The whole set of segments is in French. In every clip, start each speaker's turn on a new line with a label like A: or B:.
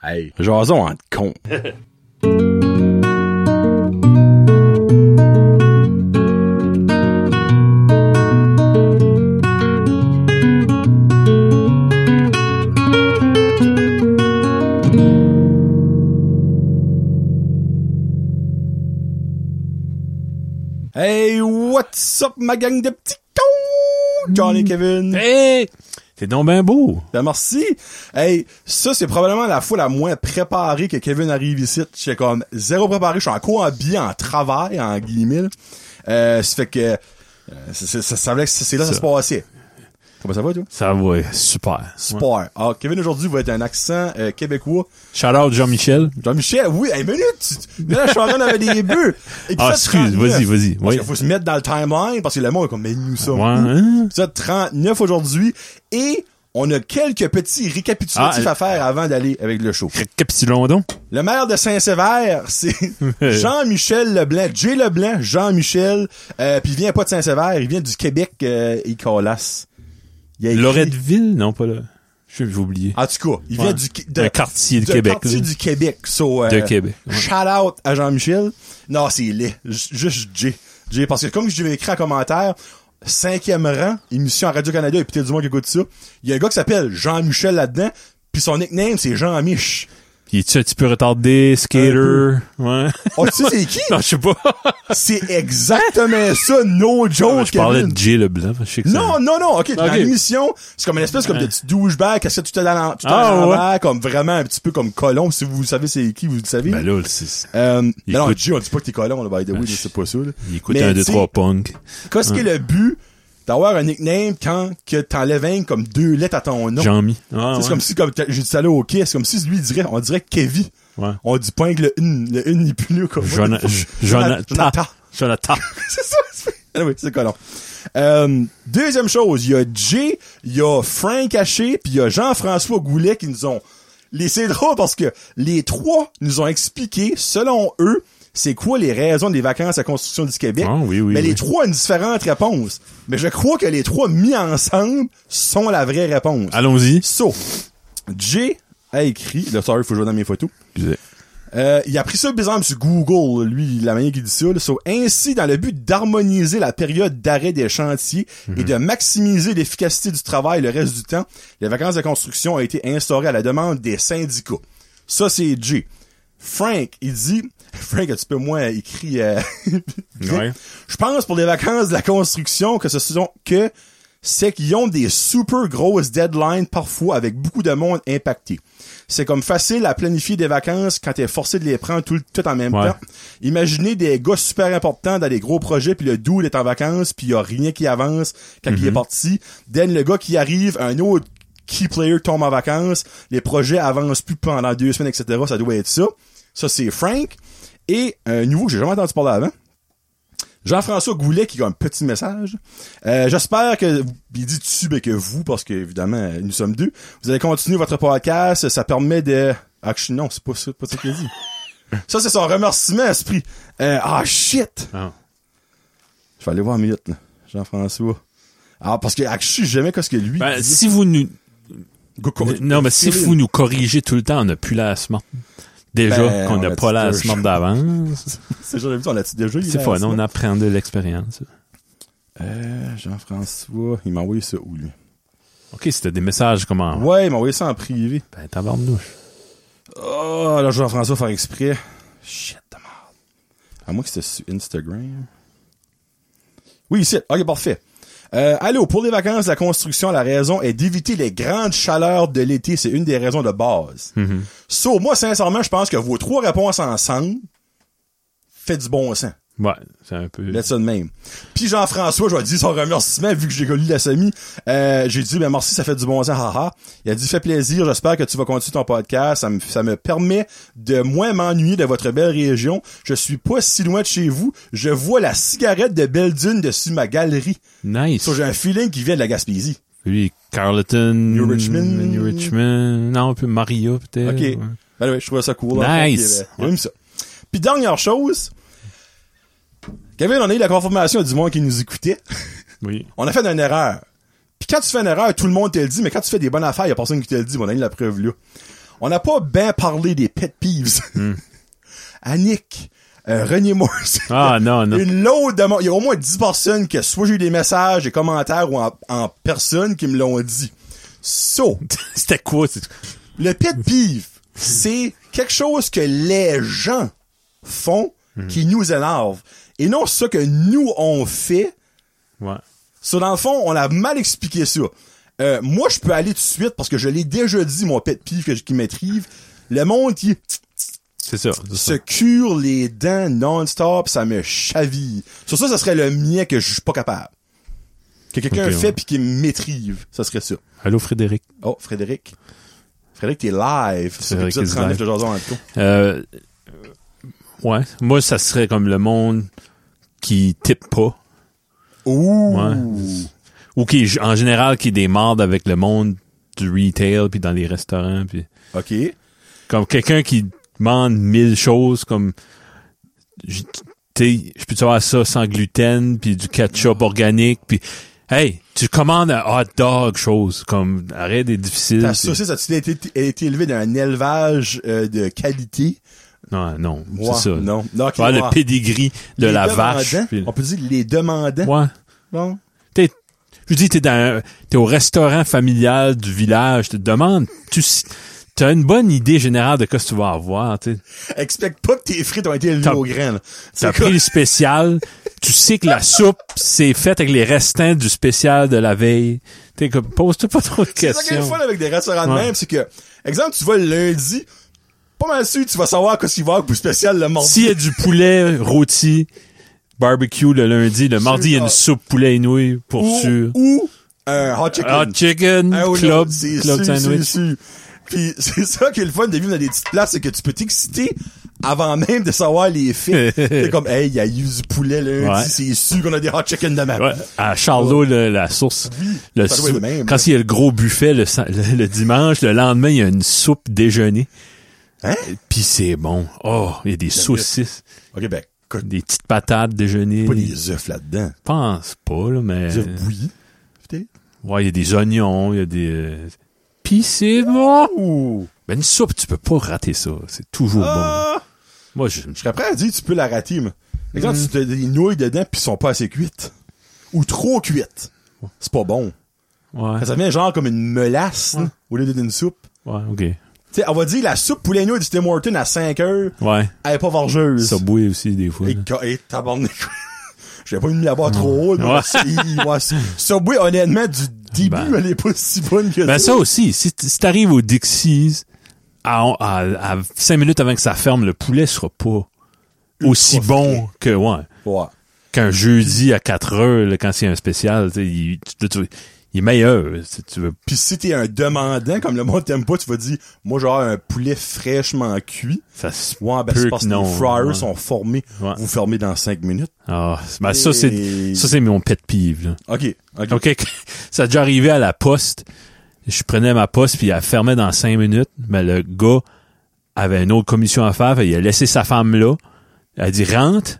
A: Hey, jason en con. Hey, what's up, ma gang de petits cons? John et Kevin.
B: Hmm. Hey! C'est donc ben beau!
A: Ben, merci. Hey, ça, c'est probablement la fois la moins préparée que Kevin arrive ici. J'étais comme zéro préparé. Je suis en cours en billet, en travail, en guillemets. là. Euh, ça fait que, euh, c'est- c'est- ça semblait que c'est là que ça se passait. Comment ça va, toi?
B: Ça va, super.
A: Super. Alors, Kevin, aujourd'hui, va être un accent euh, québécois.
B: Shout out Jean-Michel.
A: Jean-Michel, oui, hey, minute! tu- Là, je suis en train d'avoir des bœufs!
B: Ah, excuse, vas-y, vas-y.
A: Parce
B: Oui.
A: qu'il faut se mettre dans le timeline, parce que le monde est comme, mais nous sommes.
B: Ouais, hein?
A: Ça, 39 aujourd'hui. Et on a quelques petits récapitulatifs
B: Ah,
A: à faire avant d'aller avec le show.
B: Récapitulons donc.
A: Le maire de Saint-Sévère, c'est Jean-Michel Leblanc. Jay Leblanc, Jean-Michel. Euh, Puis il vient pas de Saint-Sévère, il vient du Québec, euh, il colasse. Il a écrit-
B: Loretteville? Non, pas là. Je- J'ai oublié.
A: En tout cas, il
B: Ouais.
A: vient du... Qué- de-
B: Un quartier de
A: du
B: Québec,
A: quartier
B: là.
A: du Québec. So, euh,
B: De Québec, ouais.
A: Shout out à Jean-Michel. Non, c'est laid. J- Juste Jay. Jay, parce que comme je l'ai écrit en commentaire, cinquième rang, émission à Radio-Canada, et peut-être du monde qui écoute ça, il y a un gars qui s'appelle Jean-Michel là-dedans, puis son nickname, c'est Jean-Mich.
B: Il est-tu un petit peu retardé, skater? Ouais.
A: Oh, tu sais c'est qui?
B: non, je sais pas.
A: C'est exactement ça, no joke,
B: Ah, je parlais
A: Kevin.
B: de Jay Leblanc. Je sais que ça-
A: Non, non, non, ok. Dans
B: Ok.
A: l'émission, c'est comme une espèce comme de petit douchebag, qu'est-ce que tu t'es dans tout
B: Ah,
A: à
B: ouais.
A: l'envers, comme vraiment un petit peu comme colon. Si vous savez c'est qui, vous le savez.
B: Ben là, c'est...
A: Euh, mais non,
B: écoute-
A: Jay, on dit pas que t'es colon, là, by the way, c'est pas ça, là.
B: Il écoute
A: Mais
B: un, deux,
A: tu sais,
B: trois punk.
A: Qu'est-ce que le but d'avoir un nickname quand que t'enlèves un comme deux lettres à ton nom?
B: Jean-Mi. Ah,
A: Tu sais, C'est
B: ouais.
A: comme si, comme t'as- j'ai dit ça là au quai, c'est comme si lui il dirait, on dirait Kevin.
B: Ouais.
A: On dit pas que le une, le une n'est plus là, comme
B: Jona- J- Jonathan.
A: Jonathan.
B: Jonathan.
A: c'est ça. c'est- Anyway, c'est colon. Euh, deuxième chose, il y a Jay, il y a Frank Haché, puis il y a Jean-François Goulet qui nous ont laissé drôle parce que les trois nous ont expliqué, selon eux, c'est quoi les raisons des vacances à construction du Québec.
B: Ah, oui, oui,
A: mais les
B: oui.
A: trois ont une différente réponse. Mais je crois que les trois mis ensemble sont la vraie réponse.
B: Allons-y.
A: So, Jay a écrit, le sorry, faut jouer dans mes photos.
B: Excusez.
A: Euh, il a pris ça bizarre sur Google, lui, la manière qu'il dit ça. là. So, ainsi, dans le but d'harmoniser la période d'arrêt des chantiers et de maximiser l'efficacité du travail le reste du temps, les vacances de construction ont été instaurées à la demande des syndicats. Ça, c'est Jay. Frank, il dit... Frank a un petit peu moins écrit... euh, bien.
B: Ouais.
A: Je pense pour les vacances de la construction que ce sont que c'est qu'ils ont des super grosses deadlines parfois avec beaucoup de monde impacté. C'est comme facile à planifier des vacances quand t'es forcé de les prendre tout, tout en même
B: Ouais.
A: temps. Imaginez des gars super importants dans des gros projets puis le dude est en vacances puis y a rien qui avance quand il est parti. Then le gars qui arrive, un autre key player tombe en vacances, les projets avancent plus pendant deux semaines, etc. Ça doit être ça. Ça c'est Frank. Et un nouveau que j'ai jamais entendu parler avant. Jean-François Goulet qui a un petit message. Euh, J'espère que il dit tu mais que vous parce que évidemment euh, nous sommes deux. Vous allez continuer votre podcast, ça permet de ah je- non c'est pas ça, pas ça qu'il a dit. ça c'est son remerciement esprit. Euh, ah shit.
B: Ah.
A: Je vais aller voir une minute là. Jean-François. Ah parce que ah, je sais jamais qu'est-ce que lui.
B: Ben,
A: dit.
B: si vous nous,
A: Go- go-
B: non, mais si
A: Cyril.
B: vous nous corrigez tout le temps, on n'a plus la smart. Déjà
A: Ben,
B: qu'on
A: on
B: n'a
A: a
B: pas
A: dit
B: la
A: que-
B: smart d'avance.
A: c'est genre on l'a-tu déjà eu,
B: C'est
A: là,
B: fun,
A: ça?
B: on apprend de l'expérience.
A: Euh, Jean-François, il m'a envoyé ça où lui
B: OK, c'était des messages comment?
A: Ouais, il m'a envoyé ça en privé.
B: Ben, tabarnouche.
A: Oh, là, Jean-François, faire exprès. Shit de merde. À moins que c'était sur Instagram. Oui, ici. Ok, parfait. Euh, allô, pour les vacances, la construction, la raison est d'éviter les grandes chaleurs de l'été. C'est une des raisons de base. So, moi, sincèrement, je pense que vos trois réponses ensemble fait du bon sens.
B: Ouais, c'est un peu...
A: Laisse ça de même. Puis Jean-François, je vais dire son remerciement, vu que j'ai connu la semi. Euh, j'ai dit, ben merci, ça fait du bon sens, haha. Il a dit, fait plaisir, j'espère que tu vas continuer ton podcast. Ça me, ça me permet de moins m'ennuyer de votre belle région. Je suis pas si loin de chez vous. Je vois la cigarette de Belle Dune dessus ma galerie.
B: Nice.
A: Ça, j'ai un feeling qui vient de la Gaspésie.
B: Lui, Carleton...
A: New Richmond.
B: New Richmond. Non, puis Maria, peut-être.
A: OK.
B: Ouais.
A: Ben ouais, je trouvais ça cool.
B: Nice.
A: Même ça. Puis dernière chose, Kevin, on a eu la confirmation du monde qui nous écoutait.
B: Oui.
A: on a fait une erreur. Puis quand tu fais une erreur, tout le monde te le dit, mais quand tu fais des bonnes affaires, il y a personne qui te le dit, mon ami, la preuve là. On n'a pas bien parlé des pet peeves.
B: Hmm.
A: Annick, euh, René Morse.
B: Ah, non, non.
A: Une load de monde. Il y a au moins 10 personnes que soit j'ai eu des messages, des commentaires ou en, en personne qui me l'ont dit. So,
B: C'était quoi? c'est-
A: le pet peeve, c'est quelque chose que les gens font
B: Hmm.
A: qui nous énerve. Et non ce que nous on fait.
B: Ouais.
A: So, dans le fond, on a mal expliqué ça. Euh, moi, je peux aller tout de suite parce que je l'ai déjà dit, mon pet peeve que, je- qui m'étrive. Le monde qui
B: C'est ça. c'est ça.
A: se cure les dents non-stop, ça me chaville. Sur ça, ça serait le mien que je suis pas capable. Que quelqu'un
B: Ok,
A: fait
B: ouais.
A: puis qu'il m'étrive. Ça serait ça.
B: Allô, Frédéric.
A: Oh, Frédéric. Frédéric, t'es live. C'est
B: Frédéric
A: l'épisode
B: is live.
A: 39 de Jason Antico.
B: Euh, ouais. Moi, ça serait comme le monde qui type pas.
A: Ouh!
B: Ouais. Ou qui, en général, qui démarre avec le monde du retail, puis dans les restaurants, puis...
A: OK.
B: Comme quelqu'un qui demande mille choses, comme... j- t'sais, je peux te avoir ça sans gluten, puis du ketchup organique, puis... Hey, tu commandes un hot dog, chose, comme... Arrête, c'est difficile.
A: Ta
B: c'est-
A: saucisse a-t-il été, a été élevée dans un élevage euh, de qualité?
B: Non, non,
A: Ouais,
B: c'est ça.
A: Non. non ok,
B: Tu vas avoir
A: ouais.
B: le pedigree de
A: Les
B: la
A: demandants,
B: vache. puis-
A: On peut dire les demandants.
B: Ouais.
A: Non?
B: T'es, je dis, t'es dans, un- t'es au restaurant familial du village, tu te demandes, tu, s- t'as une bonne idée générale de ce que tu vas avoir, tu sais.
A: Expecte pas que tes frites ont été élevées
B: T'as-
A: aux graines. C'est
B: T'as
A: quoi?
B: pris le spécial, tu sais que la soupe, c'est faite avec les restants du spécial de la veille. T'es comme, pose-toi pas trop de
A: C'est ça qui est le
B: questions.
A: fun avec des restaurants de
B: Ouais.
A: même, c'est que, exemple, tu vas le lundi, pas mal sûr, tu vas savoir qu'est-ce qu'il va y avoir pour spécial le mardi.
B: S'il y a du poulet rôti, barbecue le lundi, le mardi, il y a une soupe poulet et nouilles, pour
A: ou, Ah
B: sûr.
A: ou un hot chicken.
B: Hot chicken,
A: Un ou
B: club,
A: l'autre, c'est
B: club
A: sûr,
B: sandwich.
A: c'est sûr. Puis c'est ça qui est le fun de vivre dans des petites places, c'est que tu peux t'exciter avant même de savoir les faits. c'est comme, hey, il y a eu du poulet lundi,
B: Ouais.
A: c'est sûr qu'on a des hot chicken demain.
B: Ouais, à Charlot, le- la source. Le
A: ça doit
B: sou-
A: être le même.
B: Quand il y a le gros buffet le, sa- le- le dimanche, le lendemain, il y a une soupe déjeuner.
A: Hein?
B: Puis c'est bon. Oh, il y a des saucisses,
A: Ok, ben, écoute,
B: des petites patates déjeuner.
A: pas
B: Je
A: des œufs là-dedans.
B: pense pas, là, mais...
A: Des œufs bouillis. Putain.
B: Ouais, il y a des oignons, il y a des... euh, Puis c'est bon!
A: Ouh.
B: Ben, une soupe, tu peux pas rater ça. C'est toujours
A: Ah!
B: bon. Moi, je...
A: Je serais prêt à dire tu peux la rater, mais.
B: Mm.
A: Exemple, tu as des nouilles dedans pis sont pas assez cuites. Ou trop cuites. C'est pas bon.
B: Ouais,
A: Ça devient genre comme une melasse, là, au lieu d'être une soupe.
B: ouais, OK.
A: Tu sais, on va dire la soupe poulet nouilles du Tim Hortons à 5 heures,
B: Ouais,
A: elle est pas vargeuse.
B: ça bouille aussi, des fois.
A: Et, ca- et tabarnak. J'ai pas mis la barre trop haute, mais
B: Ouais.
A: c'est- ouais, c'est- Subway, honnêtement, du début,
B: Ben.
A: elle est pas si bonne que
B: Ben
A: ça.
B: ça aussi, si t- si t'arrives au Dixie's à, à, à cinq minutes avant que ça ferme, le poulet sera pas aussi
A: Ultra
B: bon que ouais,
A: Ouais.
B: qu'un jeudi à 4 heures là, quand c'est un spécial, tu sais, il, tu- tu- il est meilleur. si Tu veux.
A: Pis si t'es un demandant, comme le monde t'aime pas, tu vas dire, moi, genre, un poulet fraîchement cuit.
B: Ça se
A: Ouais, ben
B: peut
A: c'est
B: que
A: parce que
B: non,
A: les fryers
B: ouais.
A: sont formés.
B: Ouais.
A: Vous fermez dans 5 minutes.
B: Ah, ben ça c'est
A: Et-
B: ça c'est mon pet peeve. Là.
A: OK. OK.
B: Ok, ça a déjà arrivé à la poste. Je prenais ma poste puis elle fermait dans cinq minutes, mais le gars avait une autre commission à faire. fait, il a laissé sa femme là. Elle a dit rentre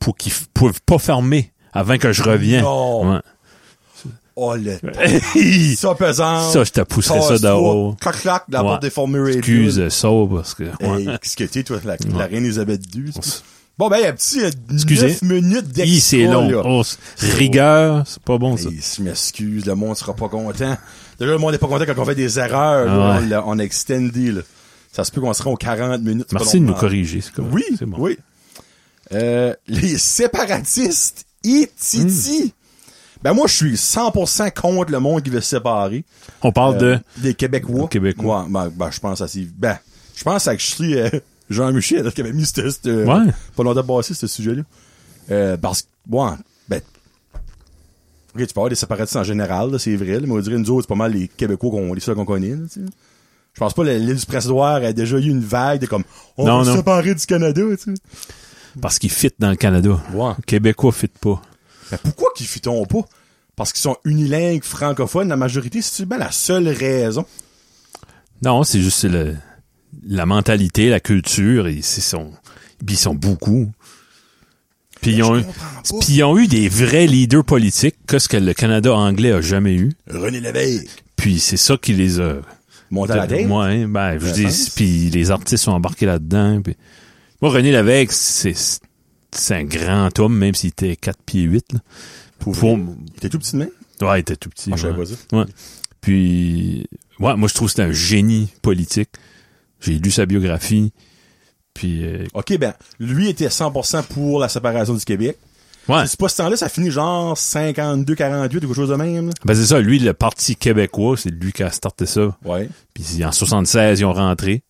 B: pour qu'ils ne peuvent pas fermer avant que je revienne.
A: Non.
B: Ouais.
A: Oh, le...
B: Hey!
A: Ça pesant.
B: ça, je te pousserais ça dehors.
A: Clac, clac, la
B: Ouais.
A: porte des formés
B: Excuse ça parce que. ouais.
A: Hey, qu'est-ce que t'es, toi, la, la
B: Ouais.
A: reine Elisabeth II? c'est pas-
B: s-
A: Bon, ben, un petit euh,
B: Excusez.
A: 9 minutes d'extra.
B: Hi, c'est long.
A: là.
B: Oh, c'est- rigueur, c'est pas bon ça.
A: Hey, je m'excuse, le monde sera pas content. Déjà, le monde est pas content quand on fait des erreurs.
B: Ah
A: là,
B: ouais.
A: on, l'a- on a extendé, là. Ça se peut qu'on sera aux 40 minutes. c'est pas
B: Merci de nous
A: longtemps.
B: corriger. c'est correct,
A: Oui,
B: c'est bon.
A: oui. Euh, les séparatistes,
B: Hmm.
A: ititi. Ben moi, je suis 100% contre le monde qui veut se séparer.
B: On parle
A: Euh,
B: de.
A: des Québécois.
B: Des Québécois.
A: Ouais, ben, ben, je pense à ces... Ben, je pense à que je suis euh, Jean-Michel qui avait mis ce... ce- euh,
B: Ouais.
A: Pas longtemps passé, ce sujet-là. Euh, parce que, ouais, ben... Ok, tu peux avoir des séparatistes en général, là, c'est vrai, là, mais on dirait, nous autres, c'est pas mal les Québécois, qu'on, les seuls qu'on connaît, là, tu sais. Je pense pas, l'île du Prince-Édouard a déjà eu une vague de comme, on
B: Non,
A: va se
B: non.
A: séparer du Canada, tu sais.
B: Parce qu'ils fit dans le Canada.
A: Ouais.
B: Québécois fit pas.
A: Ben pourquoi qu'ils fitons pas? Parce qu'ils sont unilingues, francophones, la majorité, c'est bien la seule raison.
B: Non, c'est juste c'est le, la mentalité, la culture, et c'est son- puis ils sont beaucoup. Puis ils, ont eu,
A: comprends pas.
B: puis ils ont eu des vrais leaders politiques, que ce que le Canada anglais a jamais eu.
A: René Lévesque.
B: Puis c'est ça qui les a
A: Monter à la tête.
B: Moi, hein, ben, je
A: Je
B: dis,
A: pense.
B: puis les artistes sont embarqués là-dedans. puis- Moi, René Lévesque, c'est c'est un grand homme, même s'il était 4 pieds 8. Là. Pour,
A: T'es tout petit de main?
B: Ouais, il était tout petit.
A: Ah, je
B: ouais.
A: savais pas ça.
B: Puis, ouais, moi, je trouve que c'est un génie politique. J'ai lu sa biographie. Puis, euh,
A: OK, ben, lui était 100% pour la séparation du Québec.
B: Ah. ouais,
A: C'est pas ce temps-là, ça finit genre 52-48 ou quelque chose de même. là.
B: ben c'est ça. Lui, le Parti québécois, c'est lui qui a starté ça.
A: Ouais.
B: Puis, en 76, ils ont rentré.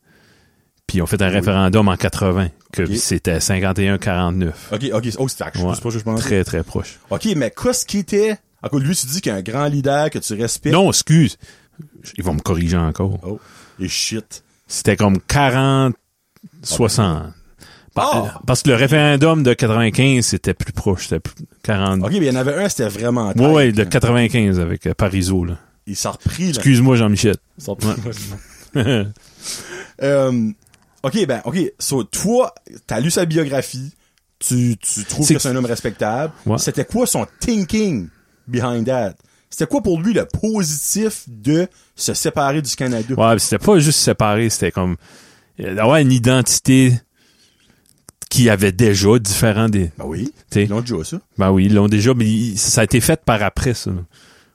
B: Puis, ils ont fait un référendum en 80, que
A: Ok.
B: c'était 51-49.
A: OK, OK. Oh, c'est je
B: Ouais.
A: sais pas ce que je pense.
B: Très, très proche.
A: OK, mais qu'est-ce qui était... Encore, lui, tu dis qu'il y a un grand leader que tu respectes.
B: Non, excuse. Ils vont me corriger encore.
A: Oh, et shit.
B: C'était comme 40, 60. Par-
A: Ah!
B: Parce que le référendum de 95, c'était plus proche. C'était plus 40.
A: OK, ben, il y en avait un, c'était vraiment...
B: Ouais, ouais, de
A: tight.
B: 95 avec euh, Parizeau, là.
A: Il s'en repris, là.
B: Excuse-moi, Jean-Michel.
A: Il s'en repris. Euh, OK, ben, OK. So, toi, t'as lu sa biographie. Tu, tu trouves
B: C'est-
A: que c'est un homme respectable.
B: Ouais.
A: C'était quoi son thinking behind that? C'était quoi pour lui le positif de se séparer du Canada?
B: Ouais, pis c'était pas juste séparé, c'était comme euh, d'avoir une identité qui avait déjà différent des.
A: Ben oui.
B: T'sais.
A: Ils l'ont déjà ça.
B: Ben oui, ils l'ont déjà, mais ils- ça a été fait par après, ça.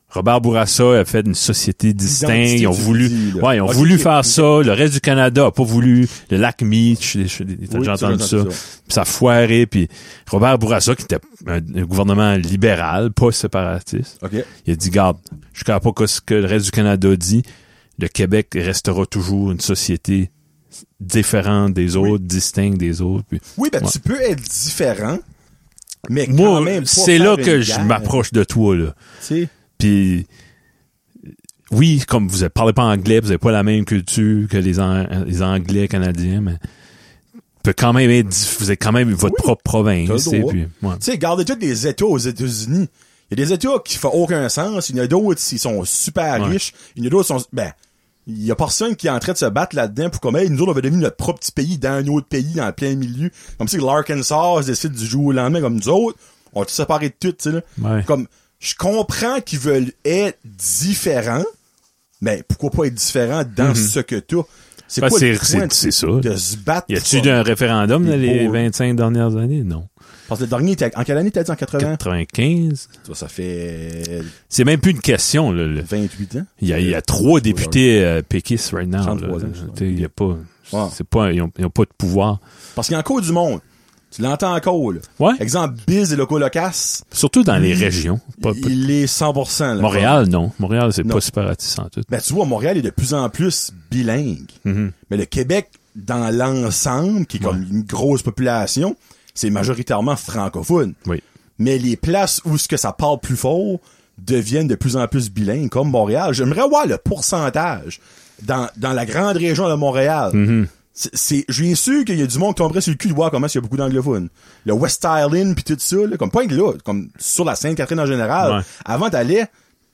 B: Robert Bourassa a fait une société distincte.
A: Identité,
B: Ils ont
A: tu
B: voulu,
A: dis, là.
B: ouais, ils ont
A: Ok,
B: voulu
A: ok,
B: faire
A: ok.
B: ça. Le reste du Canada a pas voulu. Le lac Meach, des- des- des- t'as
A: Oui,
B: déjà
A: tu
B: entendu
A: as
B: ça. Puis ça a foiré. Puis Robert Bourassa, qui était un, un gouvernement libéral, pas séparatiste,
A: OK.
B: il a dit, garde, jusqu'à pas que ce que le reste du Canada dit, le Québec restera toujours une société différente des autres, distincte des autres. Puis
A: Oui, ben,
B: Ouais.
A: tu peux être différent, mais quand
B: moi,
A: même pas
B: c'est
A: faire
B: là
A: une
B: que je
A: guerre,
B: m'approche de toi, là.
A: tu sais.
B: Puis euh, oui, comme vous ne parlez pas anglais, vous n'avez pas la même culture que les, An- les Anglais canadiens, mais peut quand même être diff- vous êtes quand même votre
A: Oui.
B: propre province.
A: T'as le
B: Et
A: droit.
B: puis, ouais.
A: Tu sais, gardez tous les États aux États-Unis. Il y a des États qui font aucun sens. Il y en a d'autres qui sont super
B: Ouais.
A: riches. Il y en a d'autres qui sont, ben, il y a personne qui est en train de se battre là-dedans pour comme, hey, nous autres, on va devenir notre propre petit pays dans un autre pays, dans le plein milieu. Comme si l'Arkansas décide du jour au lendemain, comme nous autres, on va tout séparer de tout, tu sais, là.
B: Ouais. Bah,
A: Comme, je comprends qu'ils veulent être différents, mais pourquoi pas être différents dans ce que t'as? C'est
B: Mm-hmm. Ben,
A: quoi
B: c'est-
A: le point
B: c'est- c'est ça.
A: de, de se battre?
B: Y a-tu
A: pour-
B: eu un référendum dans les
A: beau,
B: 25 dernières années? Non.
A: Parce que le dernier, était- en quelle année t'as dit? En 80?
B: 95?
A: Ça, ça fait
B: C'est même plus une question. là, le-
A: 28 ans.
B: Il y, a, il y a trois députés euh, péquistes right now. là.
A: 33 ans, je
B: T'sais, il y a pas,
A: Ouais.
B: c'est pas, ils n'ont pas de pouvoir.
A: Parce qu'il y a encore du monde. Tu l'entends encore, là.
B: Ouais.
A: Exemple, Biz et Loco Locas,
B: Surtout dans les régions. Pas- pas-
A: il est 100%. là.
B: Montréal, non. Montréal, c'est
A: Non.
B: pas séparatiste en tout.
A: Ben, tu vois, Montréal est de plus en plus bilingue.
B: Mhm.
A: Mais le Québec, dans l'ensemble, qui est comme une grosse population, c'est majoritairement francophone.
B: Oui.
A: Mais les places où ce que ça parle plus fort deviennent de plus en plus bilingues, comme Montréal. J'aimerais voir le pourcentage dans, dans la grande région de Montréal. C'est- C'est, je suis sûr qu'il y a du monde qui tomberait sur le cul de voir comment il y a beaucoup d'anglophones. Le West Island puis tout ça, là, comme pas que là, comme sur la Sainte-Catherine en général.
B: Ouais.
A: Avant t'allais,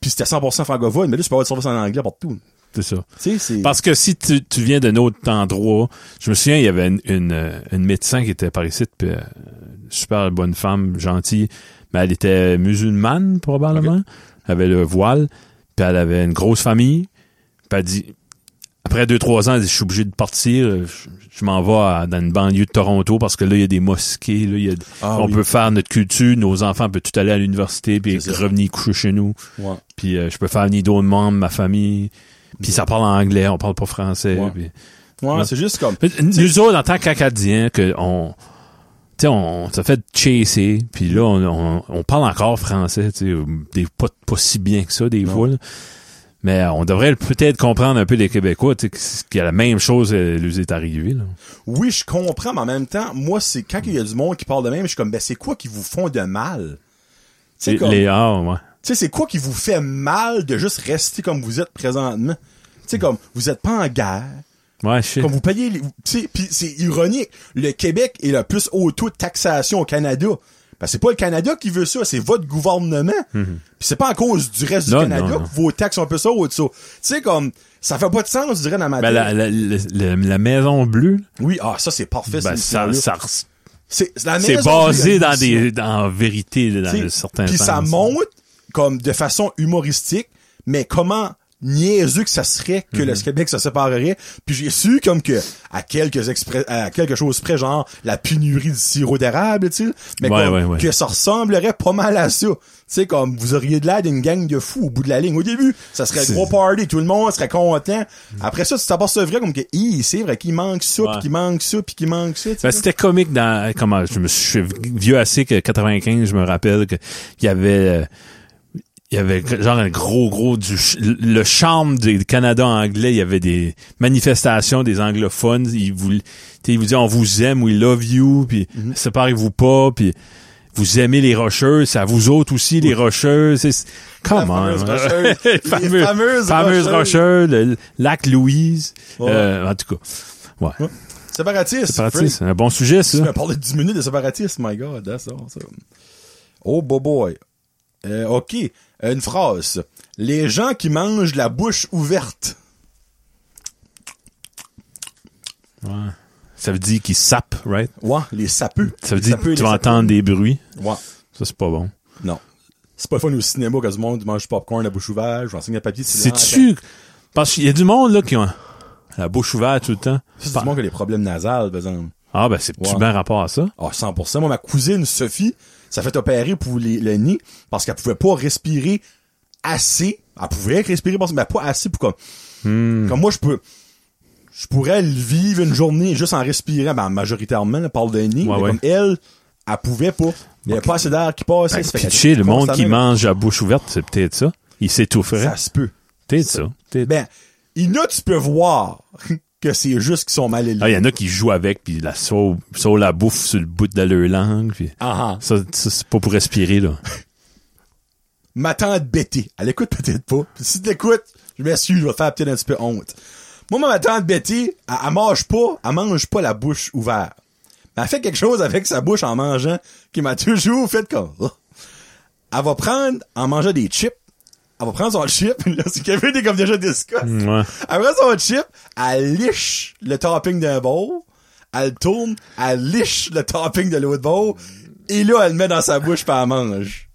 A: puis c'était 100% francophone, mais là tu peux avoir du service en anglais partout.
B: C'est ça.
A: Tu sais, c'est.
B: Parce que si tu, tu viens d'un autre endroit, je me souviens, il y avait une, une, euh, une médecin qui était par ici, puis, euh, super bonne femme, gentille, mais elle était musulmane probablement, elle avait le voile, puis elle avait une grosse famille, puis elle dit, après deux, trois ans, elle dit, je suis obligé de partir, euh, je, je m'en vais à- dans une banlieue de Toronto parce que là, il y a des mosquées, là, il y a-
A: Ah
B: on
A: oui.
B: peut faire notre culture, nos enfants peuvent tout aller à l'université, puis
A: C'est ça.
B: revenir coucher chez nous.
A: Ouais.
B: puis euh, je peux faire ni d'autres membres de ma famille puis ça parle en anglais on parle pas français
A: Ouais.
B: puis-
A: Ouais,
B: Ouais.
A: c'est juste comme.
B: Mais nous autres en tant qu'acadiens que on tu sais, on s'est fait chasser, puis là, on, on, on parle encore français, tu sais, des- pas, pas si bien que ça, des
A: Non.
B: fois, là. Mais euh, on devrait peut-être comprendre un peu les Québécois, tu sais, que- qu'il y a la même chose euh, lui est arrivée, là.
A: Oui, je comprends, mais en même temps, moi, c'est quand il y a du monde qui parle de même, je suis comme, ben, c'est quoi qui vous font de mal? Tu sais,
B: Les,
A: comme-
B: les- ah, ouais.
A: tu sais, c'est quoi qui vous fait mal de juste rester comme vous êtes présentement? Tu sais, comme, vous êtes pas en guerre,
B: Ouais, shit.
A: comme vous payez les, tu sais, pis c'est ironique, le Québec est le plus haut taux de taxation au Canada. Ben, c'est pas le Canada qui veut ça, c'est votre gouvernement. Pis c'est pas à cause du reste
B: Mhm. Non,
A: du Canada
B: non, non.
A: que vos taxes sont un peu ça ou ça. Tu sais, comme, ça fait pas de sens, je dirais, dans ma
B: Ben,
A: tête.
B: la, la, la, la- la Maison Bleue,
A: Oui, ah, ça, c'est parfait,
B: ben,
A: cette
B: ça,
A: histoire-là.
B: ça res-
A: C'est la
B: c'est
A: maison
B: basé
A: Bleue,
B: dans
A: elle,
B: des, dans vérité, là, dans
A: T'sais,
B: un certain
A: Puis
B: sens.
A: ça monte comme de façon humoristique, mais comment niaiseux que ça serait que
B: Mhm.
A: le Québec se séparerait. Puis j'ai su comme que à quelques exprès, à quelque chose près, genre la pénurie du sirop d'érable, tu sais, mais
B: Ouais,
A: comme
B: ouais, ouais.
A: que ça ressemblerait pas mal à ça. Tu sais, comme vous auriez de l'air d'une gang de fous au bout de la ligne. Au début, ça serait
B: C'est-
A: le gros party, tout le monde serait content. Après ça, tu t'apercevrais comme que, hi, c'est vrai qu'il manque ça,
B: Ouais.
A: puis qu'il manque ça, puis qu'il manque ça. tu sais.
B: Ben, c'était comique dans comment je me suis je suis vieux assez que 95 je me rappelle que il y avait euh, il y avait genre un gros gros du ch- le chambre du Canada anglais il y avait des manifestations des anglophones ils vous tu sais, ils vous disent on vous aime we love you puis
A: Mm-hmm.
B: séparez-vous pas puis vous aimez les rocheuses c'est à vous autres aussi les rocheuses c'est- c'est
A: La
B: come on
A: fameuse
B: hein.
A: rocheuse. Les
B: Fameux-
A: fameuses
B: fameuse
A: rocheuses.
B: rocheuse le lac Louise
A: Ouais.
B: euh, en tout cas ouais
A: Séparatiste.
B: c'est parti
A: Frank.
B: c'est un bon sujet ça
A: Tu m'as parlé de 10 minutes de séparatisme, my god, that's awesome. Oh, boy, boy. Euh, ok, une phrase. Les gens qui mangent la bouche ouverte.
B: Ça veut dire qu'il sape, right?
A: Ouais, les sapeux.
B: Ça veut
A: Les
B: dire
A: sapeux,
B: que tu
A: les
B: vas
A: sapeux.
B: entendre des bruits.
A: Ouais,
B: Ça, c'est pas bon.
A: non. C'est pas fun au cinéma quand du monde mange du popcorn la bouche ouverte, je renseigne le papier.
B: C'est-tu...
A: ben.
B: Parce qu'il y a du monde, là, qui ont la bouche ouverte tout le temps.
A: C'est du monde qui a des problèmes nasales, par exemple.
B: Ah, ben, c'est
A: Ouais.
B: tu bien rapport à ça.
A: Ah, 100%. Moi, ma cousine Sophie, ça fait opérer pour les- le nez parce qu'elle pouvait pas respirer assez. Elle pouvait respirer, parce- mais pas assez pour comme...
B: Hmm.
A: Comme moi, je peux... Je pourrais le vivre une journée juste en respirant, ben, majoritairement, elle parle de nez,
B: Ouais,
A: mais
B: ouais.
A: comme elle, elle pouvait pas. Il y avait pas assez d'air qui passait. ça fait qu'elle
B: Ben, Pitcher, le
A: était
B: monde qui hein.
A: constamment-
B: mange à bouche ouverte, c'est peut-être ça. Il s'étoufferait.
A: Ça se peut.
B: Peut-être ça. Peut-être-
A: Ben, il y en a, tu peux voir que c'est juste qu'ils sont mal élevés.
B: Ah, il y en a qui jouent avec, puis la sauve, sauve la bouffe sur le bout de leur langue, puis...
A: Ah, ah.
B: Ça, ça, c'est pas pour respirer, là.
A: ma tante Betty. Elle écoute peut-être pas. Puis si t'écoutes, je m'excuse, je vais te faire peut-être un petit peu honte. Moi, ma tante Betty, elle, elle mange pas, elle mange pas la bouche ouverte. Mais elle fait quelque chose avec sa bouche en mangeant qui m'a toujours fait comme... Oh. Elle va prendre, en mangeant des chips, elle va prendre son chip, là, c'est Kevin est comme déjà discuté.
B: Ouais.
A: Après son chip, elle liche le topping d'un bowl, elle le tourne, elle liche le topping de l'autre bowl, et là, elle le met dans sa bouche pis elle mange.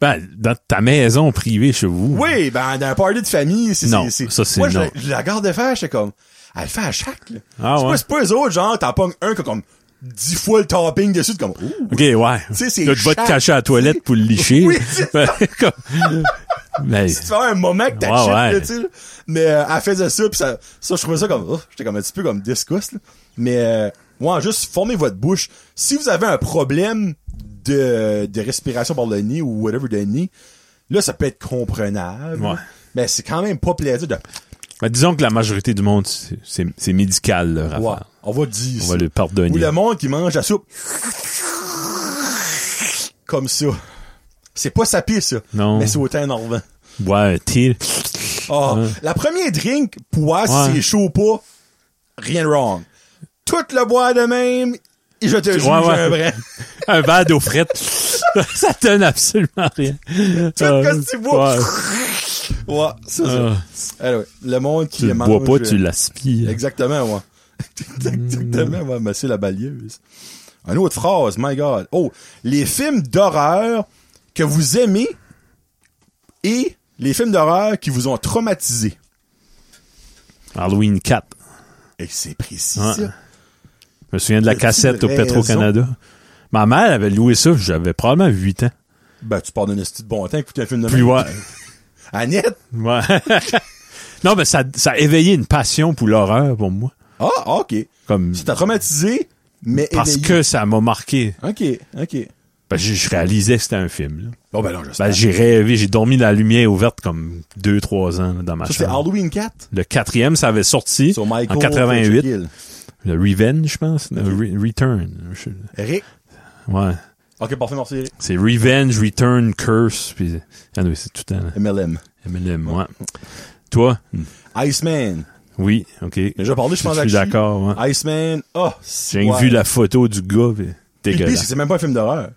B: Ben, dans ta maison privée chez vous.
A: Oui, ben, dans un party de famille, c'est...
B: Non, ça, c'est
A: Moi, je,
B: non.
A: la- je la garde de faire, j'étais comme... Elle le fait à chaque, là.
B: Ah
A: c'est,
B: ouais.
A: pas, c'est pas eux autres, genre, t'en pognes un qui a comme dix fois le topping dessus, t'es comme... Ouh.
B: OK, ouais.
A: sais, c'est
B: Là, tu vas te
A: chaque-
B: cacher à la toilette pour le licher.
A: Oui, c'est
B: Comme- Mais,
A: Tu fais un moment que t'as
B: Ouais,
A: chip,
B: ouais.
A: là, tu sais. là. Mais euh, elle faisait ça, pis ça, ça, je trouvais ça comme... oh, j'étais comme un petit peu comme discuss, là. Mais, euh, ouais, juste formez votre bouche. Si vous avez un problème de, de respiration par le nez ou whatever de nez, là, ça peut être comprenable.
B: Ouais.
A: Mais c'est quand même pas plaisant de...
B: ben, disons que la majorité du monde, c'est- c'est c'est médical, leur affaire.
A: Ouais, on va dire
B: On
A: ça.
B: va le
A: Ou
B: pardonner.
A: le monde qui mange la soupe. Comme ça. C'est pas sapé, ça.
B: Non.
A: Mais c'est autant énervant.
B: Ouais, t'es...
A: Ah,
B: Ouais.
A: La première drink, poids,
B: Ouais.
A: si c'est chaud ou pas, rien de wrong. Tout le bois de même, et je te jure,
B: ouais.
A: j'ai un vrai.
B: Un verre d'eau frette. ça donne absolument rien.
A: Tout
B: Euh,
A: comme tu bois.
B: ouais.
A: Ouais, c'est ça.
B: Ah,
A: Anyway, le monde qui
B: tu le
A: mange...
B: bois pas, tu
A: euh,
B: l'aspires.
A: Exactement, moi. Exactement, moi, monsieur la balieuse. Une autre phrase, my God. Oh, les films d'horreur que vous aimez et les films d'horreur qui vous ont traumatisé.
B: Halloween 4.
A: Et c'est précis,
B: Ouais.
A: ça.
B: Je me souviens de la
A: As-tu
B: cassette au
A: raison?
B: Petro-Canada. Ma mère avait loué ça, j'avais probablement 8 ans.
A: Ben, tu pars d'un esti de bon temps, écoute un film de
B: Puis
A: même.
B: ouais.
A: Annette!
B: Ouais. non, mais ça, ça a éveillé une passion pour l'horreur pour moi.
A: Ah, ok.
B: Comme,
A: Ça t'a traumatisé, mais
B: parce
A: éveillé.
B: que ça m'a marqué.
A: Ok, ok.
B: Ben, je, je réalisais que c'était un film. là.
A: Bon, ben non, je
B: Ben,
A: sais.
B: j'ai rêvé, j'ai dormi la lumière ouverte comme 2-3 ans là, dans ma
A: Ça, c'était
B: chambre.
A: Halloween 4.
B: Le quatrième, ça avait sorti
A: Sur Michael.
B: en 88.
A: Kill.
B: Le Revenge, je pense. Le Re- Return. Je-
A: Rick.
B: Ouais.
A: Ok, parfait, merci. Eric.
B: C'est Revenge, Return, Curse. Puis... Ah non, c'est tout le temps. là.
A: MLM.
B: MLM, ouais. Toi?
A: Iceman.
B: Oui, OK.
A: Déjà parlé, je pense,
B: Je suis
A: à Chi.
B: d'accord, ouais.
A: Iceman, oh, c'est
B: J'ai rien que vu la photo du gars, puis dégueulasse.
A: c'est même pas un film d'horreur.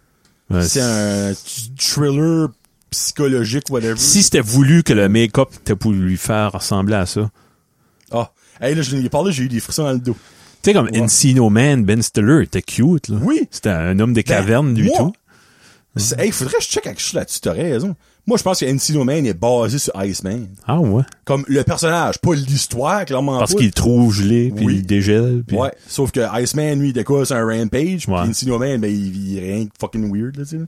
B: Ouais,
A: C'est un t- thriller psychologique, whatever.
B: Si c'était voulu que le make-up était pour lui faire ressembler à ça.
A: Ah, hey, là, je lui ai parlé, j'ai eu des frissons dans le dos.
B: Tu sais, comme
A: Ouais.
B: Encino Man, Ben Stiller était cute, là.
A: Oui.
B: C'était un homme des
A: Ben,
B: cavernes, du
A: moi,
B: tout.
A: C'est- Hey, faudrait que je check quelque chose là-dessus, t'as raison. Moi, je pense que MC Man est basé sur Iceman.
B: Ah ouais.
A: Comme le personnage, pas l'histoire, clairement
B: Parce
A: pas.
B: qu'il le trouve gelé, puis
A: Oui.
B: il dégèle. Puis...
A: Ouais, sauf que Iceman, lui, il décolle sur un rampage, puis
B: Ouais.
A: Encino Man, ben, il, il est rien que fucking weird, là, tu sais. là.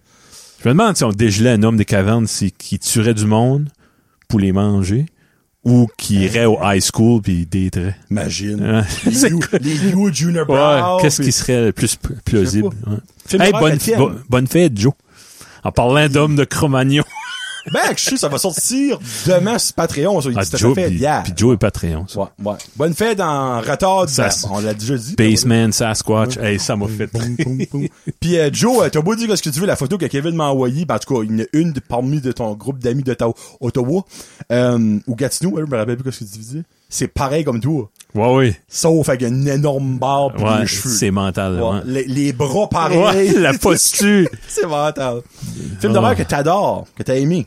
B: Je me demande si on dégelait un homme des cavernes si, qui tuerait du monde pour les manger ou
A: Ben.
B: qui irait au high school puis il déterait.
A: Imagine.
B: Ouais.
A: les Hugh- les Hugh Juniper.
B: Ouais, Qu'est-ce qui serait le plus p- plausible?
A: Je sais
B: Ouais.
A: Film
B: Hey,
A: d'horreur
B: bonne,
A: chrétienne.
B: bo- bonne fête, Joe. En parlant d'homme de Cro-Magnon.
A: Ben, je sais, ça va sortir demain sur Patreon, ça. Il
B: Ah,
A: dit, ça
B: Joe,
A: fait
B: puis,
A: hier.
B: puis Joe est Patreon. ça.
A: Ouais, ouais. Bonne fête en retard du
B: Ça,
A: Ben,
B: c'est-
A: On l'a déjà dit. Ben,
B: Baseman, Sasquatch, hey, ça m'a fait.
A: Poum, poum, poum. Puis euh, Joe, euh, t'as beau dire ce que tu veux, la photo que Kevin m'a envoyée, ben, en tout cas, il y en a une de- parmi de ton groupe d'amis de ta Ottawa, euh, ou Gatineau, ouais, je me rappelle plus ce que tu disais. C'est pareil comme toi.
B: Ouais, oui.
A: Sauf avec une énorme barbe pis
B: Ouais,
A: des cheveux.
B: c'est mental.
A: Ouais,
B: Ouais.
A: Les, les bras pareils.
B: Ah Ouais, la posture.
A: c'est mental. Film d'horreur que t'adores, que t'as aimé.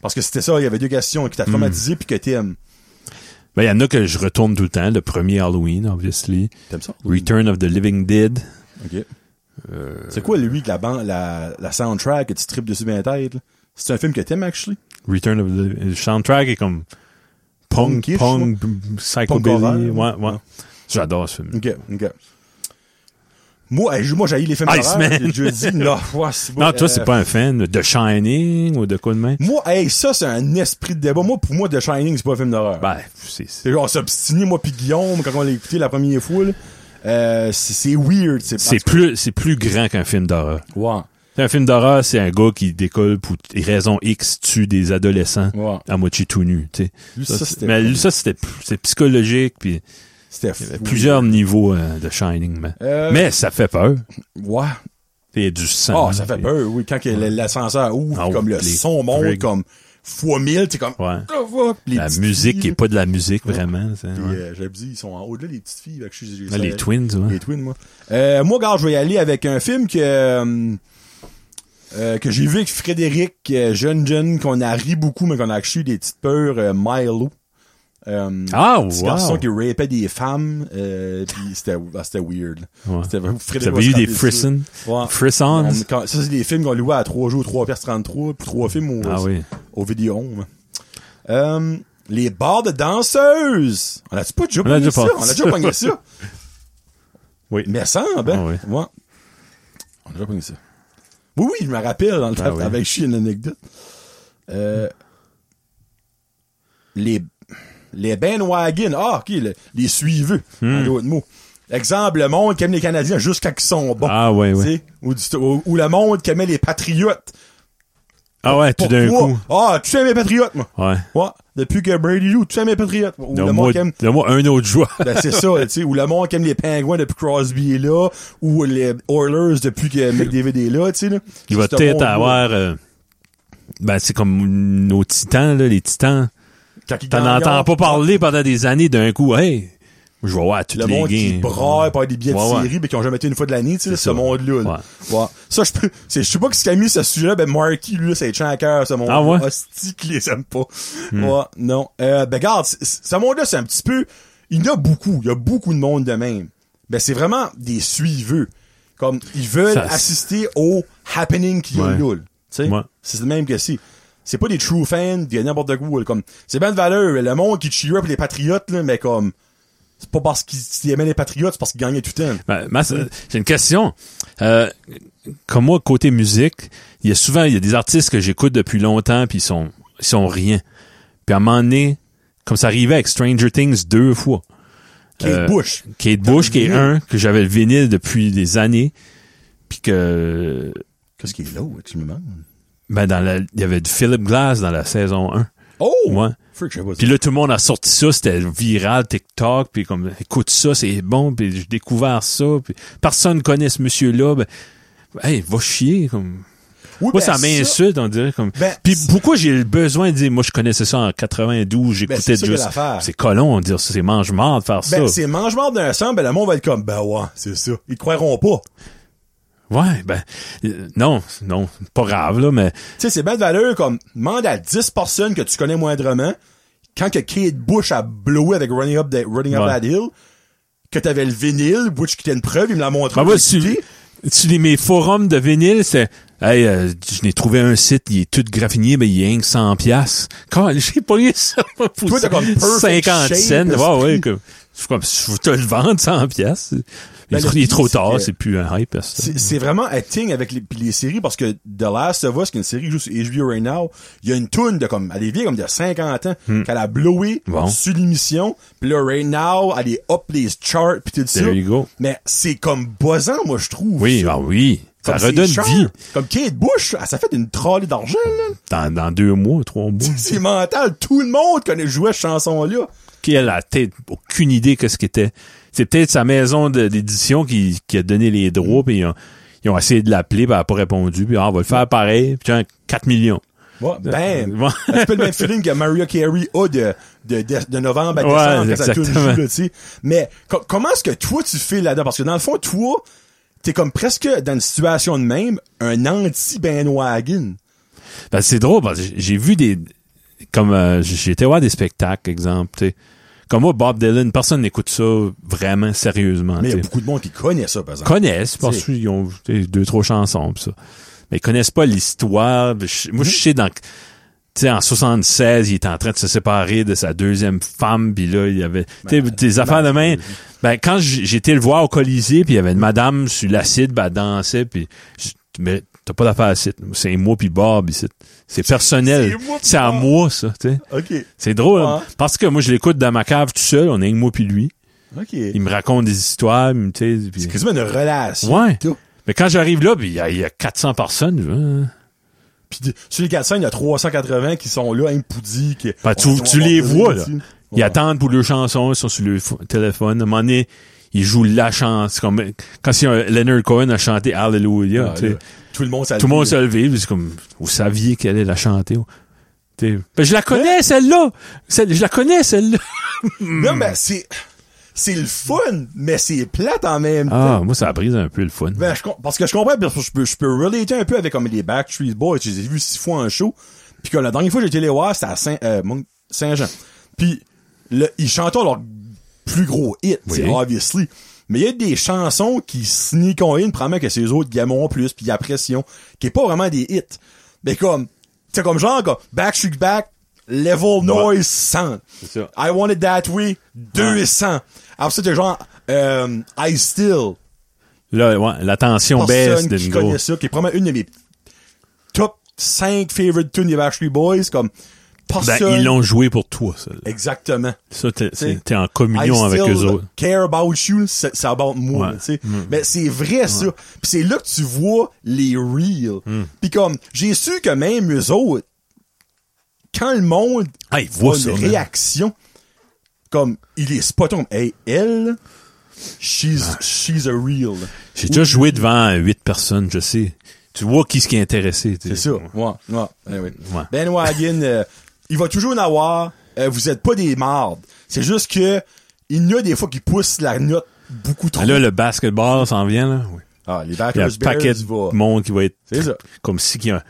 A: Parce que c'était ça, il y avait deux questions
B: Hmm.
A: qui t'a traumatisé puis que t'aimes.
B: Ben, il y en a que je retourne tout le temps. Le premier Halloween, obviously.
A: T'aimes ça?
B: Return of the Living Dead.
A: Ok. Euh, C'est quoi, lui, que la, ban- la, la soundtrack que tu tripes dessus dans la tête? là? C'est un film que t'aimes, actually?
B: Return of the le soundtrack est comme punk,
A: Punkish,
B: punk, psychobilly.
A: horreur.
B: Ouais, ouais. J'adore ce film.
A: Ok, ok. Moi, euh, moi j'haïs les films
B: Iceman.
A: d'horreur. Je dis, non, ouais, c'est
B: Non, toi, c'est
A: euh,
B: pas un fan de Shining ou de quoi de même?
A: Moi, hey, ça, c'est un esprit de débat. Moi, pour moi, The Shining, c'est pas un film d'horreur.
B: Ben, c'est, c'est,
A: C'est genre, on s'est obstiné, moi puis Guillaume, quand on l'a écouté la première fois, là. Euh, c'est c'est weird. C'est
B: c'est plus, c'est plus grand qu'un film d'horreur.
A: Ouais.
B: Un film d'horreur, c'est un gars qui décolle pour t- raison X, tue des adolescents
A: Ouais.
B: à moitié tout nu, tu sais.
A: Lui,
B: Ça,
A: ça,
B: c'est-
A: c'était-
B: mais lui, ça, c'était, p- c'est psychologique, puis
A: C'était
B: il y avait
A: fou.
B: plusieurs niveaux euh, de Shining, mais,
A: Euh,
B: mais ça fait peur.
A: Ouais.
B: Il y a du sang.
A: Ah, ça fait
B: puis-
A: peur, oui. Quand que le- l'ascenseur ouvre,
B: Ah,
A: comme le
B: les
A: son monte,
B: frigs.
A: comme fois mille, c'est comme...
B: Ouais.
A: Oh, oh, puis les
B: La
A: petites
B: musique qui
A: filles,
B: est pas de la musique, vraiment. c'est-
A: Puis,
B: ouais.
A: euh, j'avais dit, ils sont en haut de là, les petites filles. Fait que je suis- j'ai-
B: Ah,
A: ça-
B: les Twins, ouais.
A: Les twins, moi. Euh, moi, gars, je vais y aller avec un film que euh, euh, que j'ai vu avec Frédéric, euh, jeune jeune, qu'on a ri beaucoup, mais qu'on a actually eu des petites peurs, euh, Milo. Euh,
B: Ah,
A: petit
B: wow.
A: garçon qui rapait des femmes, euh, puis c'était ah, c'était weird.
B: Ouais.
A: C'était vraiment-
B: Vous
A: Frédéric va
B: avez
A: se
B: eu des
A: rappeler ça.
B: frissons?
A: Ouais.
B: Frissons?
A: On- quand- ça, c'est des films qu'on louait à 3 jours, 3 pièces 33, pour 3 films au,
B: Ah oui.
A: au vidéo. home. Euh, les bars de danseuses. On a-tu pas déjà
B: On a
A: pogné
B: déjà
A: ça?
B: pas-
A: On a déjà pogné ça.
B: Oui.
A: Mais ça, ben.
B: Ah oui.
A: ouais. On a déjà pogné ça. Oui, oui, je me rappelle, dans le
B: Ah
A: temps,
B: oui.
A: avec chi une anecdote. Euh, les, les bandwagon. Ah, ok, le- les suiveux.
B: Hmm.
A: En d'autres mots. Exemple, le monde qui aime les Canadiens jusqu'à qu'ils sont bons.
B: Ah ouais,
A: Tu
B: ouais.
A: sais, Ou, du- ou, ou le monde qui aimait les patriotes.
B: Ah ouais, tout d'un
A: Pourquoi?
B: coup.
A: Ah, tu aimes les patriotes, moi.
B: Ouais.
A: Ouais. Depuis que Brady joue, tu aimes les patriotes. Ou le
B: Donne-moi
A: monde qui aime.
B: donne-moi un autre joueur.
A: Ben, c'est ça, tu sais. Ou le monde qui aime les pingouins depuis que Crosby est là. Ou les Oilers depuis que McDavid est là, tu sais, là.
B: Il va
A: C'est ce
B: peut-être
A: monde-là.
B: avoir... euh, ben, c'est comme nos titans, là, les titans.
A: Quand il
B: T'en
A: gagne,
B: entends pas parler pendant des années d'un coup. Hey, je vais voir toutes
A: Le
B: les
A: monde qui
B: games.
A: braille par des billets
B: Ouais,
A: de
B: ouais.
A: série mais qui ont jamais été une fois de l'année, tu sais, ce
B: ça.
A: monde-là. là. Ouais. Ça, je peux, c'est, je sais pas ce qu'a mis ce sujet-là, ben, Marky, lui, c'est chant à cœur, ce monde.
B: Ah ouais? Hmm.
A: Hostie qu'il les aime pas. Ouais, non. Euh, ben, regarde, c- c- ce monde-là, c'est un petit peu, il y en a beaucoup, il y a beaucoup de monde de même. Ben, c'est vraiment des suiveux. Comme, ils veulent
B: Ça, c'est-
A: assister au happening qui
B: Ouais.
A: est là, là. Tu sais?
B: Ouais.
A: C'est le même que si. C'est pas des true fans, des n'importe quoi, là, Comme, c'est bien de valeur, le monde qui cheer up les patriotes, là, mais comme, c'est pas parce qu'ils aimaient les patriotes, c'est parce qu'ils gagnaient tout le temps.
B: Ben, Mas, euh, j'ai une question. Euh, comme moi, côté musique, il y a souvent il y a des artistes que j'écoute depuis longtemps puis ils sont ils sont rien. Puis à un moment donné, comme ça arrivait avec Stranger Things deux fois.
A: Kate
B: Euh,
A: Bush.
B: Kate Bush, qui est
A: vinyle.
B: un que j'avais le vinyle depuis des années, puis que
A: Qu'est-ce qui est là, tu me demandes?
B: ben dans la, il y avait du Philip Glass dans la saison 1.
A: Oh!
B: Ouais.
A: Frick, je sais pas ça.
B: Puis là tout le monde a sorti ça, c'était viral TikTok, puis comme écoute ça, c'est bon, puis j'ai découvert ça, puis personne connaît ce monsieur là, ben hey, va chier comme
A: Oui,
B: Moi,
A: ben,
B: ça m'insulte, on dirait. Comme...
A: Ben,
B: Puis
A: c'est-
B: pourquoi j'ai le besoin de dire, moi, je connaissais ça en 92,
A: Ben,
B: j'écoutais
A: c'est ça que
B: juste...
A: l'affaire.
B: C'est colon, on dirait ça, c'est mange-marde de faire ça.
A: Ben, c'est mange-mort d'un sang, ben, le monde va être comme, ben ouais, c'est ça. Ils te croiront pas.
B: Ouais, ben, euh, non, non, pas grave, là, mais...
A: Tu sais, c'est bien de valeur, comme, demande à 10 personnes que tu connais moindrement, quand que Kate Bush a blowé avec Running Up, That- Running Up
B: Ouais.
A: That Hill, que t'avais le vinyle, Butch qui était une preuve, il me l'a montré.
B: Ben, moi,
A: j'ai
B: tu,
A: écouté.
B: tu lis mes forums de vinyle, c'est... Hey, euh, je n'ai trouvé un site, il est tout graffiné, mais il est rien que 100 piastes. Quand j'ai pas eu ça pour
A: Toi, t'as comme perfect
B: 50
A: shape,
B: cents.
A: esprit.
B: Ouais, ouais, comme, je suis comme, je veux te le vendre 100 piastes. il,
A: Ben, le
B: est- il est trop
A: pire, c'est
B: tard,
A: que-
B: c'est plus un hype. à ce-
A: C'est c'est vraiment acting avec les, puis les séries parce que The Last of Us, qui est une série juste HBO right now, il y a une toune de comme, elle est vieille comme de 50 ans, qu'elle a blowé
B: Hmm. Bon.
A: sur l'émission, puis là, right now, elle est up les charts puis tout ça.
B: There you go.
A: Mais c'est comme buzzant, moi, je trouve.
B: Oui, ah oui. Ça
A: Comme c'est
B: redonne
A: cher.
B: vie
A: Comme Kate Bush, elle s'est fait une trolley d'argent, là.
B: dans, dans deux mois, trois mois.
A: C'est mental. Tout le monde connaît jouer cette chanson-là.
B: qu'elle a peut-être aucune idée que ce qu'était. C'est peut-être sa maison de- d'édition qui, qui a donné les droits, puis ils ont, ils ont essayé de l'appeler, puis elle n'a pas répondu, puis ah, on va le faire pareil, puis tiens, 4 millions.
A: Ouais, ben,
B: Bon.
A: un petit peu le même feeling que Maria Carey a de, de, de, de novembre à
B: Ouais,
A: décembre quand ça tourne
B: exactement.
A: joue, là, tu sais. Mais co- comment est-ce que toi, tu fais là-dedans? Parce que dans le fond, toi, t'es comme presque dans une situation de même, un anti-Ben Wagon.
B: Ben, c'est drôle, parce que j'ai vu des... Comme euh, j'ai été voir des spectacles, exemple, tu sais. Comme moi, Bob Dylan, personne n'écoute ça vraiment sérieusement.
A: Mais il
B: tu
A: y a
B: sais.
A: beaucoup de monde qui connaît ça, par exemple.
B: connaissent parce
A: T'sais.
B: qu'ils ont tu sais, deux trois chansons pis ça. Mais ils connaissent pas l'histoire. Je- Moi
A: Mhm.
B: je sais dans tu sais en 76, il était en train de se séparer de sa deuxième femme puis là il y avait tu sais,
A: ben,
B: des affaires de main. Ben quand j- j'étais le voir au Colisée puis il y avait une madame sur l'acide, ben elle dansait puis je- mais t'as pas d'affaire à l'acide. C'est moi puis Bob ici. C'est personnel.
A: C'est moi pis
B: C'est à
A: Bob.
B: moi ça, tu sais.
A: OK.
B: C'est drôle hein.
A: Ouais.
B: parce que moi je l'écoute dans ma cave tout seul, on est que moi puis lui.
A: OK.
B: Il me raconte des histoires, il me- tu sais, puis-
A: C'est quasiment une relation.
B: Ouais.
A: Tout.
B: mais quand j'arrive là, puis il y, a- il y a 400 personnes. hein.
A: Puis de- sur les 400, il y a 380 qui sont là, impoudis. Que,
B: Ben, tu
A: on-
B: tu
A: on-
B: les
A: on-
B: vois, là.
A: tu-
B: Ils
A: Ouais.
B: attendent pour leurs chansons, ils sont sur le fo- téléphone. À un moment donné, ils jouent la chanson. Comme, quand si un- Leonard Cohen a chanté Hallelujah,
A: Ah,
B: tu sais,
A: là, Tout le monde, ça
B: tout le monde se levait, puis c'est comme, vous saviez qu'elle allait la chanter. oh. Tu sais, Ben, je la connais, celle-là! Celle- je la connais, celle-là!
A: Non,
B: Hmm.
A: mais c'est, c'est le fun, mais c'est plate en même temps.
B: Ah, moi, ça a brise un peu le fun.
A: Ben, je com- parce que je comprends, parce que je peux, je peux relater un peu avec comme les Backstreet Boys. Je les ai vus six fois en show. Puis que la dernière fois que j'ai été les voir, c'était à Saint, euh, Mont- Saint-Jean. Puis là, ils chantaient leur plus gros hit,
B: Oui.
A: c'est obviously. Mais il y a des chansons qui sneak on in, probablement que ces autres gamons en plus, puis après pression, qui est pas vraiment des hits. Mais comme, c'est comme genre, comme Backstreet Back, Level Noise 100.
B: C'est ça.
A: I Want It That Way, 200. Après ça, t'as genre, euh, I Still,
B: Là, ouais, la tension baisse
A: personne
B: d'une
A: qui connaît
B: grosse.
A: ça, qui est probablement une de mes top 5 favorite tunes des Backstreet Boys, comme
B: Ben,
A: personne.
B: ils l'ont joué pour toi, ça. là.
A: Exactement.
B: Ça, t'es
A: sais,
B: t'es en
A: I
B: communion avec
A: still
B: eux autres.
A: care about you, c'est c'est about moi,
B: Ouais. Mm.
A: tu sais. Mais c'est vrai, ça. Puis c'est là que tu vois les reels.
B: Mm.
A: Puis comme, j'ai su que même eux autres, quand le monde
B: Ah, ils
A: voit
B: voient
A: une
B: ça. man.
A: réaction, comme, il est spot on. Hey, elle, she's, she's a real.
B: J'ai déjà joué devant euh, huit personnes, je sais. Tu vois qui ce qui est intéressé. tu sais.
A: C'est ça. Ouais, ouais. Eh oui.
B: Ouais.
A: Ben Wagon, euh, il va toujours en avoir. Euh, vous êtes pas des mardes. C'est juste que il y en a des fois qui poussent la note beaucoup trop.
B: Ah, Là, le basketball s'en vient, là. Oui.
A: Ah, les
B: Il y a un
A: Backers Bears
B: paquet de
A: va.
B: monde qui va être
A: C'est ça.
B: comme si qu'il y a...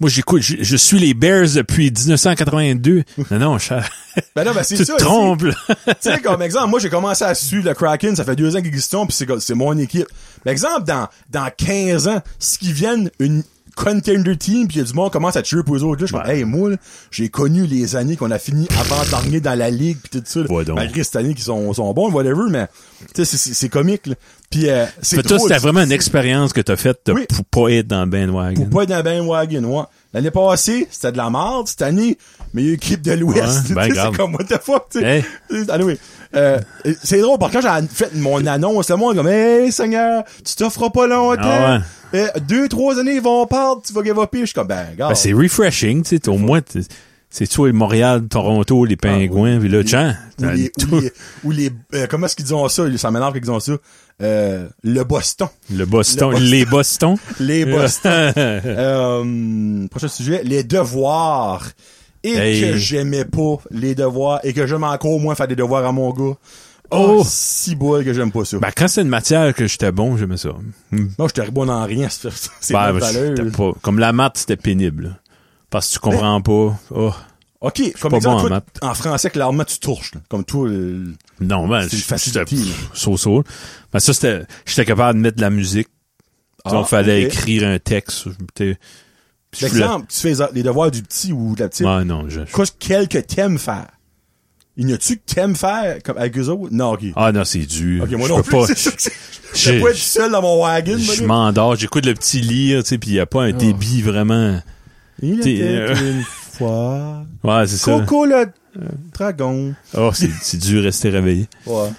B: Moi, j'écoute, je, je suis les Bears depuis 1982. Non, non, cher.
A: Ben non, ben c'est
B: tu
A: ça.
B: te trompes, là.
A: tu sais, comme exemple, moi, j'ai commencé à suivre le Kraken, ça fait deux ans qu'ils existent, puis c'est, comme- c'est mon équipe. Mais exemple, dans, dans 15 ans, si qu'ils viennent une contender team, puis il y a du monde qui commence à tuer pour les autres, là, je suis comme, hey, moi, là, j'ai connu les années qu'on a fini avant dernier dans la ligue, puis tout ça, là.
B: Ouais, donc.
A: malgré cette année qu'ils sont, sont bons, whatever, mais, tu sais, c'est, c'est, c'est comique, là. Puis, euh, c'est
B: Fait que toi,
A: drôle.
B: c'était vraiment une expérience que t'as faite de-
A: Oui.
B: pour pas être dans le bandwagon.
A: Pour pas être dans Ben Wagon, ouais. L'année passée, c'était de la merde. Cette année, meilleure équipe de l'Ouest.
B: Ouais, ben
A: Tu sais,
B: grave. Hein?
A: c'est comme, what the fuck, tu sais.
B: Hey.
A: Anyway, euh, c'est drôle, parce que quand j'ai fait mon annonce, le monde est comme, hey, Seigneur, tu t'offres pas longtemps.
B: Ah
A: Euh, deux, trois années, ils vont perdre, tu vas gavoper. Je suis comme, ben, gars.
B: Ben, c'est refreshing, tu sais. t'as Au moins, t'es- c'est toi, Montréal, Toronto,
A: Ah,
B: les Pingouins, puis là, tiens,
A: ou
B: t'as
A: les, ou
B: tout.
A: les- ou les- euh, comment est-ce qu'ils disent ça? Ça m'énerve qu'ils disent ça. Euh, le Boston.
B: le Boston, les
A: le Boston.
B: Boston.
A: Les Boston. Euh, prochain sujet, les devoirs. Et
B: Hey.
A: que j'aimais pas les devoirs et que j'aime encore moins faire des devoirs à mon gars.
B: Oh.
A: Oh, si boy que j'aime pas ça.
B: Ben, quand c'est une matière que j'étais bon, j'aimais ça.
A: Moi, j'étais bon en rien, c'est c'est
B: Ben,
A: pas
B: je-
A: valeur.
B: t'as pas- comme la maths, c'était pénible. là. Parce que tu comprends pas. Oh.
A: OK, comme
B: pas
A: exemple,
B: bon en
A: toi,
B: maths.
A: en français, clairement, tu tourches. là. Comme toi, le-
B: Non, ben,
A: C'est
B: je-
A: une facilité,
B: j'étais pff, so-so. Ben, ça, c'était, j'étais capable de mettre de la musique
A: Ah,
B: Donc, fallait
A: ok.
B: écrire un texte. t'sais. Puis je voulais-
A: Exemple, tu fais les devoirs du petit ou de la petite.
B: Ah, non, je-
A: Qu'est-ce Qu'est-ce que t'aimes faire? Il n'y a-tu que t'aimes faire comme avec eux autres? Non, ok.
B: Ah non, c'est dur.
A: ok, moi
B: je
A: non
B: peux
A: plus.
B: pas.
A: c'est ça que c'est. Je
B: Je-
A: peux pas être seul dans mon wagon.
B: Je
A: moi,
B: m'endors, j'écoute le petit lire, tu sais, puis il n'y a pas
A: Ah.
B: un débit vraiment.
A: Il
B: T'es- euh,
A: était une fois.
B: Ouais, c'est ça. Euh.
A: Coco le dragon.
B: Oh, c'est c'est dur de rester réveillé.
A: Ouais.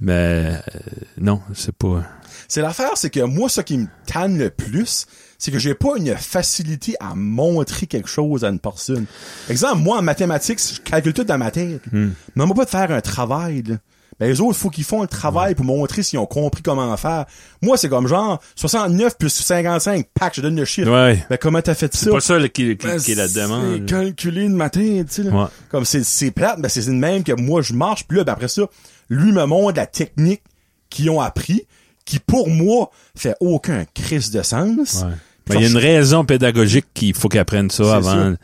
B: Mais euh, non, c'est pas.
A: C'est l'affaire, c'est que moi, ce qui me tanne le plus, c'est que j'ai pas une facilité à montrer quelque chose à une personne. Exemple, moi, en mathématiques, je calcule tout dans ma tête.
B: Hmm.
A: Mais moi, pas de faire un travail, là. Ben, les autres, faut qu'ils font le travail pour montrer s'ils ont compris comment faire. Moi, c'est comme genre, 69 plus 55, pack, je donne le chiffre.
B: Ouais.
A: Ben, comment t'as fait ça?
B: C'est pas ça là, qui, qui-
A: Ben,
B: qui est la demande.
A: C'est calculé de matin, tu sais. là.
B: Ouais.
A: Comme c'est, c'est plate, ben c'est une même que moi je marche, puis là, ben après ça, lui me montre la technique qu'ils ont appris, qui pour moi fait aucun crise de sens.
B: Ouais. Mais il y a une raison pédagogique qu'il faut qu'ils apprennent ça
A: C'est
B: avant.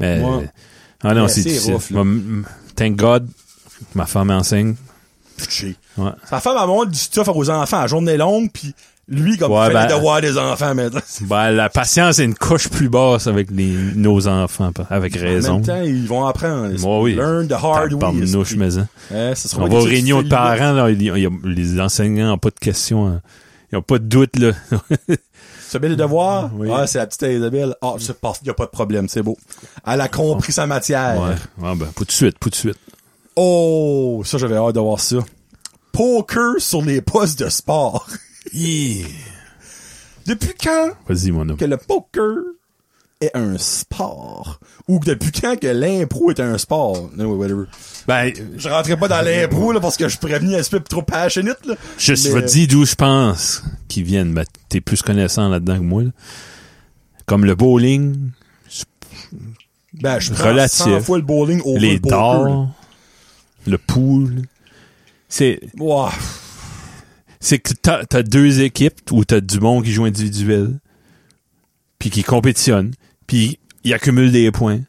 B: Mais
A: Ouais.
B: ah non,
A: Mais
B: c'est
A: c'est
B: difficile.
A: rough, là.
B: Moi, m- thank God, ma femme enseigne.
A: Pitché.
B: Ouais.
A: Sa femme elle montre du stuff aux enfants, la journée longue, puis lui comme
B: Ouais,
A: il fait
B: ben,
A: les devoirs des enfants maintenant.
B: Ben, la patience est une couche plus basse avec les, nos enfants, pa- avec
A: En
B: raison.
A: même temps, ils vont apprendre.
B: Moi, oui.
A: Learn the hard way.
B: Tabarnouche,
A: esprit.
B: mais, hein.
A: Hein, ça sera
B: On va aux
A: pas quelque chose qui
B: réunions
A: fait
B: de
A: le-
B: parents, là, ils- ils- les enseignants n'ont pas de questions. hein. Ils n'ont pas de doute, là.
A: Tu bien les devoirs?
B: Oui.
A: Ah, c'est la petite Isabelle. Ah, c'est pas, y a pas de problème, c'est beau. Elle a compris sa matière.
B: ouais. Ouais, ben, pour tout de suite, pour tout de suite.
A: Oh, ça, j'avais hâte de voir ça. Poker sur les postes de sport. Depuis quand
B: Vas-y, mon homme.
A: que le poker est un sport? Ou depuis quand que l'impro est un sport? Non, oui, whatever.
B: Ben,
A: Je rentrais pas dans l'impro, là, parce que je prévenais un aspect trop passionate, là.
B: je
A: Mais- euh,
B: te dis d'où je pense qu'ils viennent. Ben, t'es plus connaissant là-dedans que moi, là. Comme le bowling,
A: Ben, je prends
B: relatif.
A: 100 fois le bowling au
B: les
A: le poker. là.
B: dards, le pool. C'est,
A: Ouah.
B: c'est que t'as, t'as deux équipes où t'as du monde qui joue individuel, puis qui compétitionne, puis ils accumulent des points.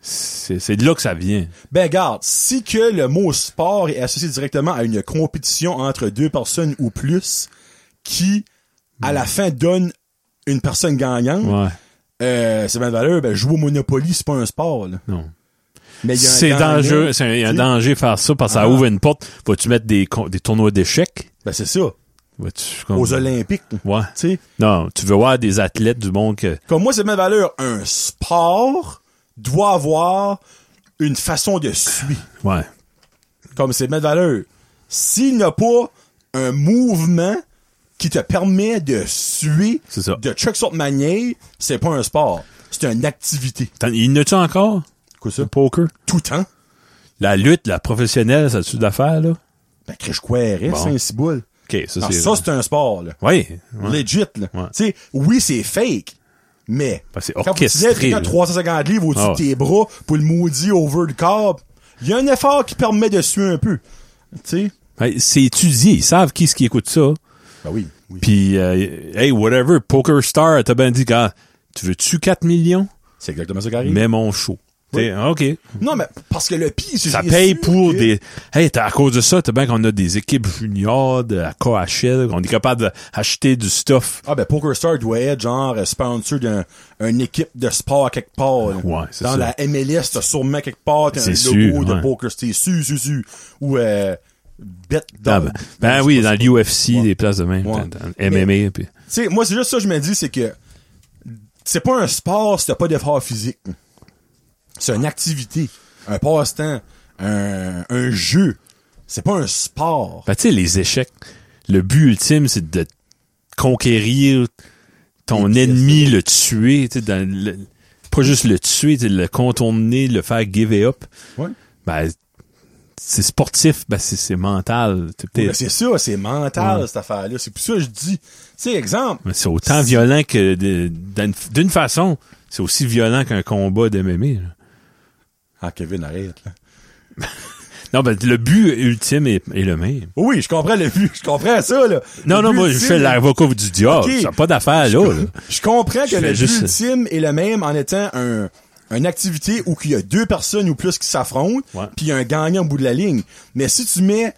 B: C'est, c'est de là que ça vient.
A: Ben, garde, si que le mot sport est associé directement à une compétition entre deux personnes ou plus, qui, à la fin, donne une personne gagnante,
B: Ouais,
A: Euh, c'est bien de valeur, ben jouer au Monopoly, c'est pas un sport, là.
B: non.
A: Mais il y a un
B: C'est
A: gagnant,
B: dangereux, c'est un, il y a un
A: tu sais.
B: danger faire ça parce que
A: Ah.
B: ça ouvre une porte. Vas-tu mettre des, con- des tournois d'échecs?
A: Ben c'est ça.
B: Vas-tu,
A: Aux Olympiques, là.
B: Ouais.
A: tu sais.
B: Non, tu veux voir des athlètes du monde que.
A: Comme moi, c'est bien de valeur. Un sport doit avoir une façon de suivre.
B: Ouais.
A: Comme c'est bien de valeur. S'il n'y a pas un mouvement qui te permet de suivre
B: C'est ça.
A: de chaque sorte de manière, c'est pas un sport. C'est une activité.
B: T'en- Il y en a-tu encore?
A: Quoi ça?
B: Le poker?
A: Tout temps.
B: La lutte, la professionnelle, ça a-tu d'affaires, là?
A: Ben, que je croirais,
B: Bon.
A: c'est un ciboule.
B: OK, ça,
A: Alors,
B: c'est.
A: Ah, ça, c'est un sport, là.
B: Oui. ouais.
A: legit là.
B: Ouais.
A: Tu sais, oui, c'est fake, mais
B: Ben, c'est
A: quand tu
B: orchestré,
A: quelqu'un
B: là.
A: 350 livres au-dessus
B: Ah
A: de
B: ouais.
A: tes bras pour le maudit over le corps, il y a un effort qui permet de suer un peu. Tu sais
B: Hey, c'est étudié. Ils savent qui est-ce qui écoute ça.
A: Ben oui, oui.
B: Puis, euh, hey, whatever, Poker Star, t'as bien dit, gars, tu veux-tu 4 millions?
A: C'est exactement ça qui arrive.
B: Mets mon show. T'sais, ah, OK.
A: Non, mais parce que le pire, c'est
B: Ça
A: c'est
B: paye
A: sûr
B: pour
A: que-
B: des... Hey, t'as- à cause de ça, t'as bien qu'on a des équipes juniors de la KHL, qu'on est capable d'acheter du stuff.
A: Ah ben PokerStar doit être genre euh, sponsor d'une équipe de sport quelque part. là.
B: Ouais, c'est
A: Dans
B: ça.
A: la MLS, t'as sûrement quelque part t'as un logo
B: C'est sûr,
A: de
B: ouais.
A: Poker Star, su, su, su. Ou euh, Bet
B: Ah,
A: Dog.
B: ben, ben
A: Je sais
B: oui,
A: pas
B: dans
A: c'est
B: l'UFC,
A: Ouais.
B: des places de même,
A: Ouais.
B: dans- dans MMA, puis...
A: Tu sais, moi, c'est juste ça que je me dis, c'est que c'est pas un sport si t'as pas d'effort physique. C'est une activité, un passe-temps, un, un jeu. C'est pas un sport.
B: Ben, tu sais, les échecs, le but ultime, c'est de conquérir ton
A: Les pièces,
B: ennemi, le tuer, tu sais, dans le- pas juste le tuer, tu sais, le contourner, le faire give it up.
A: Ouais.
B: Ben, c'est sportif, ben, c'est, c'est mental. tu sais,
A: Ouais,
B: peut-être.
A: ben, c'est ça, c'est mental,
B: Ouais.
A: cette affaire-là. C'est pour ça que je dis, tu sais, exemple,
B: Mais c'est autant violent que, de- d'une d'une façon, c'est aussi violent qu'un combat d'MMA. là.
A: ah, Kevin, arrête, là.
B: Non, ben, le but ultime est, est le même.
A: Oui, je comprends le but, je comprends ça, là.
B: Non,
A: Le
B: non,
A: but
B: moi, je
A: ultime,
B: fais l'avocat du diable.
A: Ok.
B: Ça a pas d'affaire, là. là.
A: Je comprends que
B: Je
A: le
B: fais
A: but
B: juste-
A: ultime est le même en étant un une activité où qu'il y a deux personnes ou plus qui s'affrontent,
B: Ouais.
A: puis il y a un gagnant au bout de la ligne. Mais si tu mets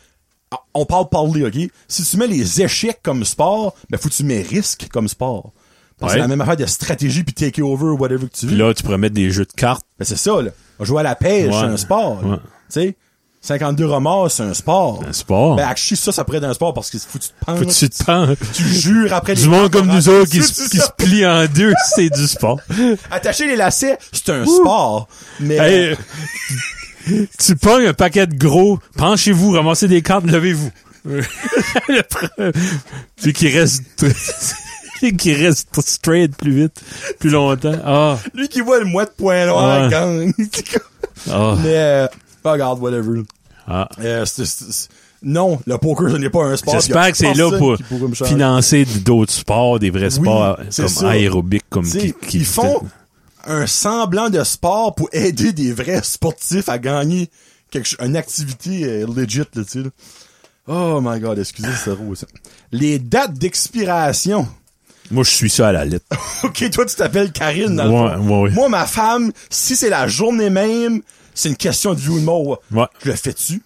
A: on parle parler, OK? Si tu mets les échecs comme sport, ben faut que tu mets risque comme sport. Parce que
B: Ouais.
A: C'est la même affaire de stratégie puis takeover, whatever que tu veux.
B: Puis là, tu pourrais mettre des jeux de cartes.
A: Ben c'est ça, là. Jouer à la pêche,
B: Ouais.
A: c'est un sport. là.
B: Ouais.
A: Tu sais, 52 remords, c'est un sport.
B: Un sport.
A: Ben, actually, ça, ça pourrait être un sport parce qu'il faut que tu te penches.
B: Faut que tu te prends
A: Tu jures après les
B: du monde comme nous autres qui,
A: C'est
B: se- qui
A: ça.
B: se plient en deux, c'est du sport.
A: Attacher les lacets, c'est un sport. Mais
B: Hey, tu pognes un paquet de gros, penchez-vous, ramassez des cartes, levez-vous. Le pre- Puis qui reste qui reste straight plus vite, plus longtemps. Ah,
A: lui qui voit le mois de point noir,
B: Ouais.
A: gang.
B: ah,
A: mais euh, regarde, whatever.
B: ah.
A: Euh, c'est- c'est- c'est- non, le poker, ce n'est pas un sport. Il y a
B: J'espère que c'est là
A: personne
B: pour
A: qui pourrait me changer.
B: financer d'autres sports, des vrais sports euh,
A: c'est
B: comme
A: ça.
B: aérobics, comme
A: Tu sais,
B: qui, qui-
A: ils font un semblant de sport pour aider des vrais sportifs à gagner quelque cho- une activité euh, legit là, tu sais, là. Oh my god, excusez, c'est rose. ça. Les dates d'expiration.
B: Moi, je suis ça à la lettre.
A: OK, toi tu t'appelles Karine dans le
B: Ouais,
A: fond.
B: ouais, ouais.
A: Moi ma femme, si c'est la journée même, c'est une question de vie ou de mort.
B: Ouais.
A: Je le fais-tu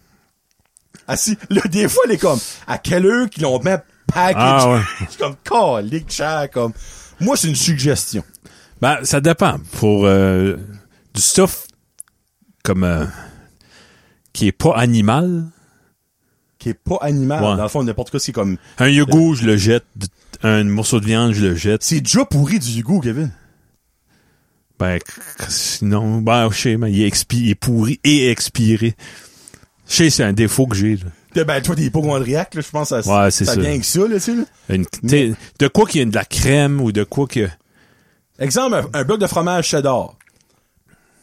A: Ah si, là des fois elle est comme à quelle heure qu'ils l'ont même package.
B: Ah, ouais.
A: Je suis comme calique cher comme moi c'est une suggestion.
B: Ben, ça dépend. Pour euh, du stuff comme euh, qui est pas animal,
A: qui est pas animal.
B: Ouais.
A: Dans le fond, n'importe quoi, c'est comme...
B: un yogourt, je le jette. d- Un morceau de viande, je le jette.
A: C'est déjà pourri du Hugo, Kevin.
B: Ben, c- c- sinon, ben, je sais, mais il est, expi- il est pourri et expiré. Je sais, c'est un défaut que j'ai. là.
A: De- Ben, toi, t'es hypochondriaque, là, je pense. Ça,
B: Ouais, c'est
A: ça
B: ça.
A: vient que ça, là, tu sais, là.
B: Une- t'sais, De quoi qu'il y ait de la crème ou de quoi que...
A: Exemple, un, un bloc de fromage cheddar.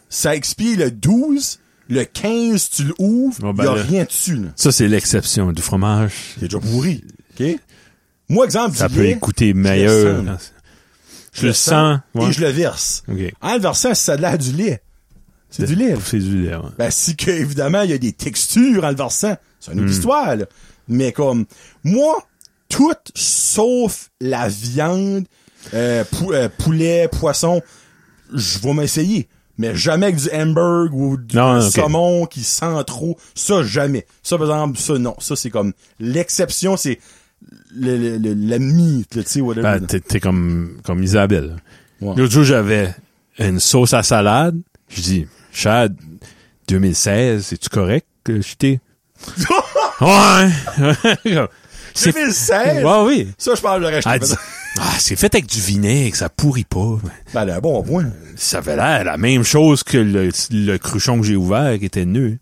A: Ça expire le 12, le 15, tu l'ouvres,
B: Oh,
A: il
B: ben
A: y a
B: là.
A: rien dessus, là.
B: Ça, c'est l'exception. Du fromage,
A: C'est déjà pourri, OK? Moi, exemple,
B: ça
A: du
B: peut
A: lait,
B: écouter
A: le
B: meilleur.
A: sens.
B: quand c'est- Je le sens. ouais.
A: et je le verse.
B: Ok.
A: En le versant, ça a de l'air du lait. C'est du lait.
B: C'est du lait, ouais.
A: Ben, si que, évidemment, il y a des textures en le versant. C'est une
B: Hmm.
A: autre histoire, là. Mais comme, moi, tout sauf la viande, euh, pou- euh, poulet, poisson, je vais m'essayer. Mais jamais avec du hamburg ou du
B: Non, non, ok.
A: saumon qui sent trop. Ça, jamais. Ça, par exemple, ça, non. Ça, c'est comme l'exception, c'est le, le, le- la mythe, là, tu sais, whatever.
B: Ben, t'es, t'es comme, comme Isabelle.
A: Ouais.
B: L'autre jour, j'avais une sauce à salade. Je dis, Chad, 2016, c'est-tu correct que je t'ai? ouais! c'est...
A: 2016!
B: Ouais, oui.
A: Ça, je parle de
B: Elle
A: reste.
B: dit, ah, c'est fait avec du vinaigre, ça pourrit pas.
A: Ben, là, bon point.
B: Ça avait l'air la même chose que le, le cruchon que j'ai ouvert qui était nu.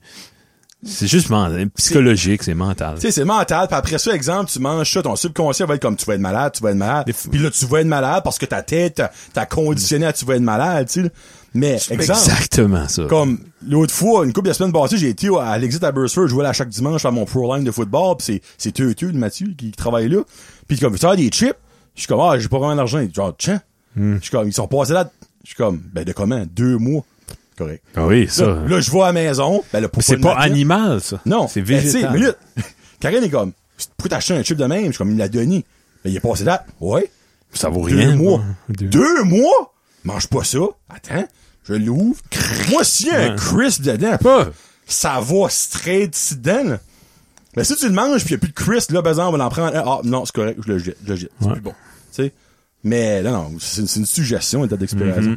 B: C'est juste men- psychologique, c'est mental.
A: Tu sais, c'est mental. Puis après ça, exemple, tu manges ça, ton subconscient va être comme tu vas être malade, tu vas être malade.
B: Des fois-
A: Puis là, tu vas être malade parce que ta tête t'a- t'a conditionné à tu vas être malade, tu sais. là. Mais, exemple,
B: Exactement ça.
A: comme l'autre fois, une couple de semaines passées, j'ai été à l'exit à Burstford, je jouais là chaque dimanche à mon pro line de football, puis c'est c'est Teuteux de Mathieu qui travaille là. Puis comme tu as des chips, je suis comme ah, j'ai pas vraiment d'argent, Il dit, genre tiens.
B: Hmm.
A: Je suis comme ils sont passés là, je suis comme ben de comment deux mois. Correct.
B: Ah oui, ça.
A: Là, là, je vois à la maison, ben le
B: c'est pas
A: animé
B: animal, ça.
A: non.
B: C'est
A: Ben, tu sais,
B: végétal.
A: minute. Karine est comme, pourquoi t'acheter un chip de même? Je suis comme, il me l'a donné. Mais il est passé date. Ouais.
B: Ça vaut
A: Deux
B: rien.
A: mois.
B: moi.
A: Deux.
B: Deux.
A: mois? Mange pas ça. Attends. Je l'ouvre. Moi, s'il y a un
B: Ouais.
A: crisp dedans,
B: Ouais.
A: ça va straight dedans, là. Mais si tu le manges pis y a plus de crisp, là, ben, on va l'en prendre. un. Ah, non, c'est correct. Je le jette. Je le jette. C'est
B: Ouais.
A: plus bon. Tu sais. Mais, là, non. C'est une, c'est une suggestion, une date d'expiration.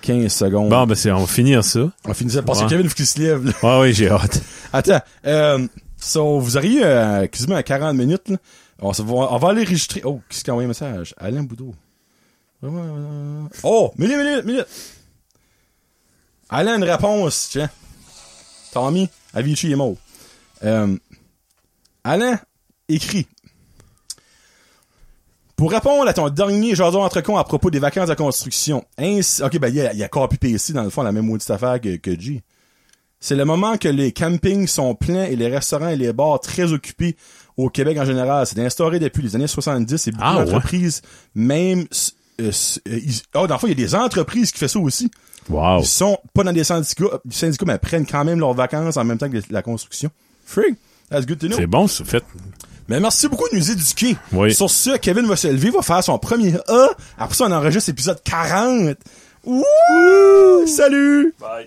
A: 15 secondes.
B: Mhm. Bon, ben, c'est, on va finir ça.
A: On finit ça. Parce que
B: Ouais.
A: Kevin, faut qu'il se lève, là.
B: Ah oui, j'ai hâte.
A: Attends, euh, so, vous auriez euh, quasiment à 40 minutes. Là. On, se va, on va aller enregistrer. Oh, qu'est-ce qui a envoyé un message? Alain Boudreau. Euh, Oh, minute, minute, minute. Alain, une réponse. Tiens. Tommy, Avicii est mort. Euh, Alain, écrit. Pour répondre à ton dernier jason entre cons à propos des vacances de construction, ainsi, ok, ben, il y a, il y a Corp ici, dans le fond, la même maudite affaire que, que G. C'est le moment que les campings sont pleins et les restaurants et les bars très occupés au Québec en général. C'est instauré depuis les années 70 et beaucoup
B: Ah, ouais.
A: d'entreprises, même, s- euh, s- euh, ils- oh, dans le fond, il y a des entreprises qui font ça aussi.
B: Wow.
A: Ils sont pas dans des syndicats, syndicats, mais prennent quand même leurs vacances en même temps que la construction. Free. That's good to know.
B: C'est bon, ça fait.
A: Mais merci beaucoup de nous éduquer.
B: Oui.
A: Sur ce, Kevin va se lever, va faire son premier A. Après ça, on enregistre épisode 40. Wouh! Salut!
B: Bye.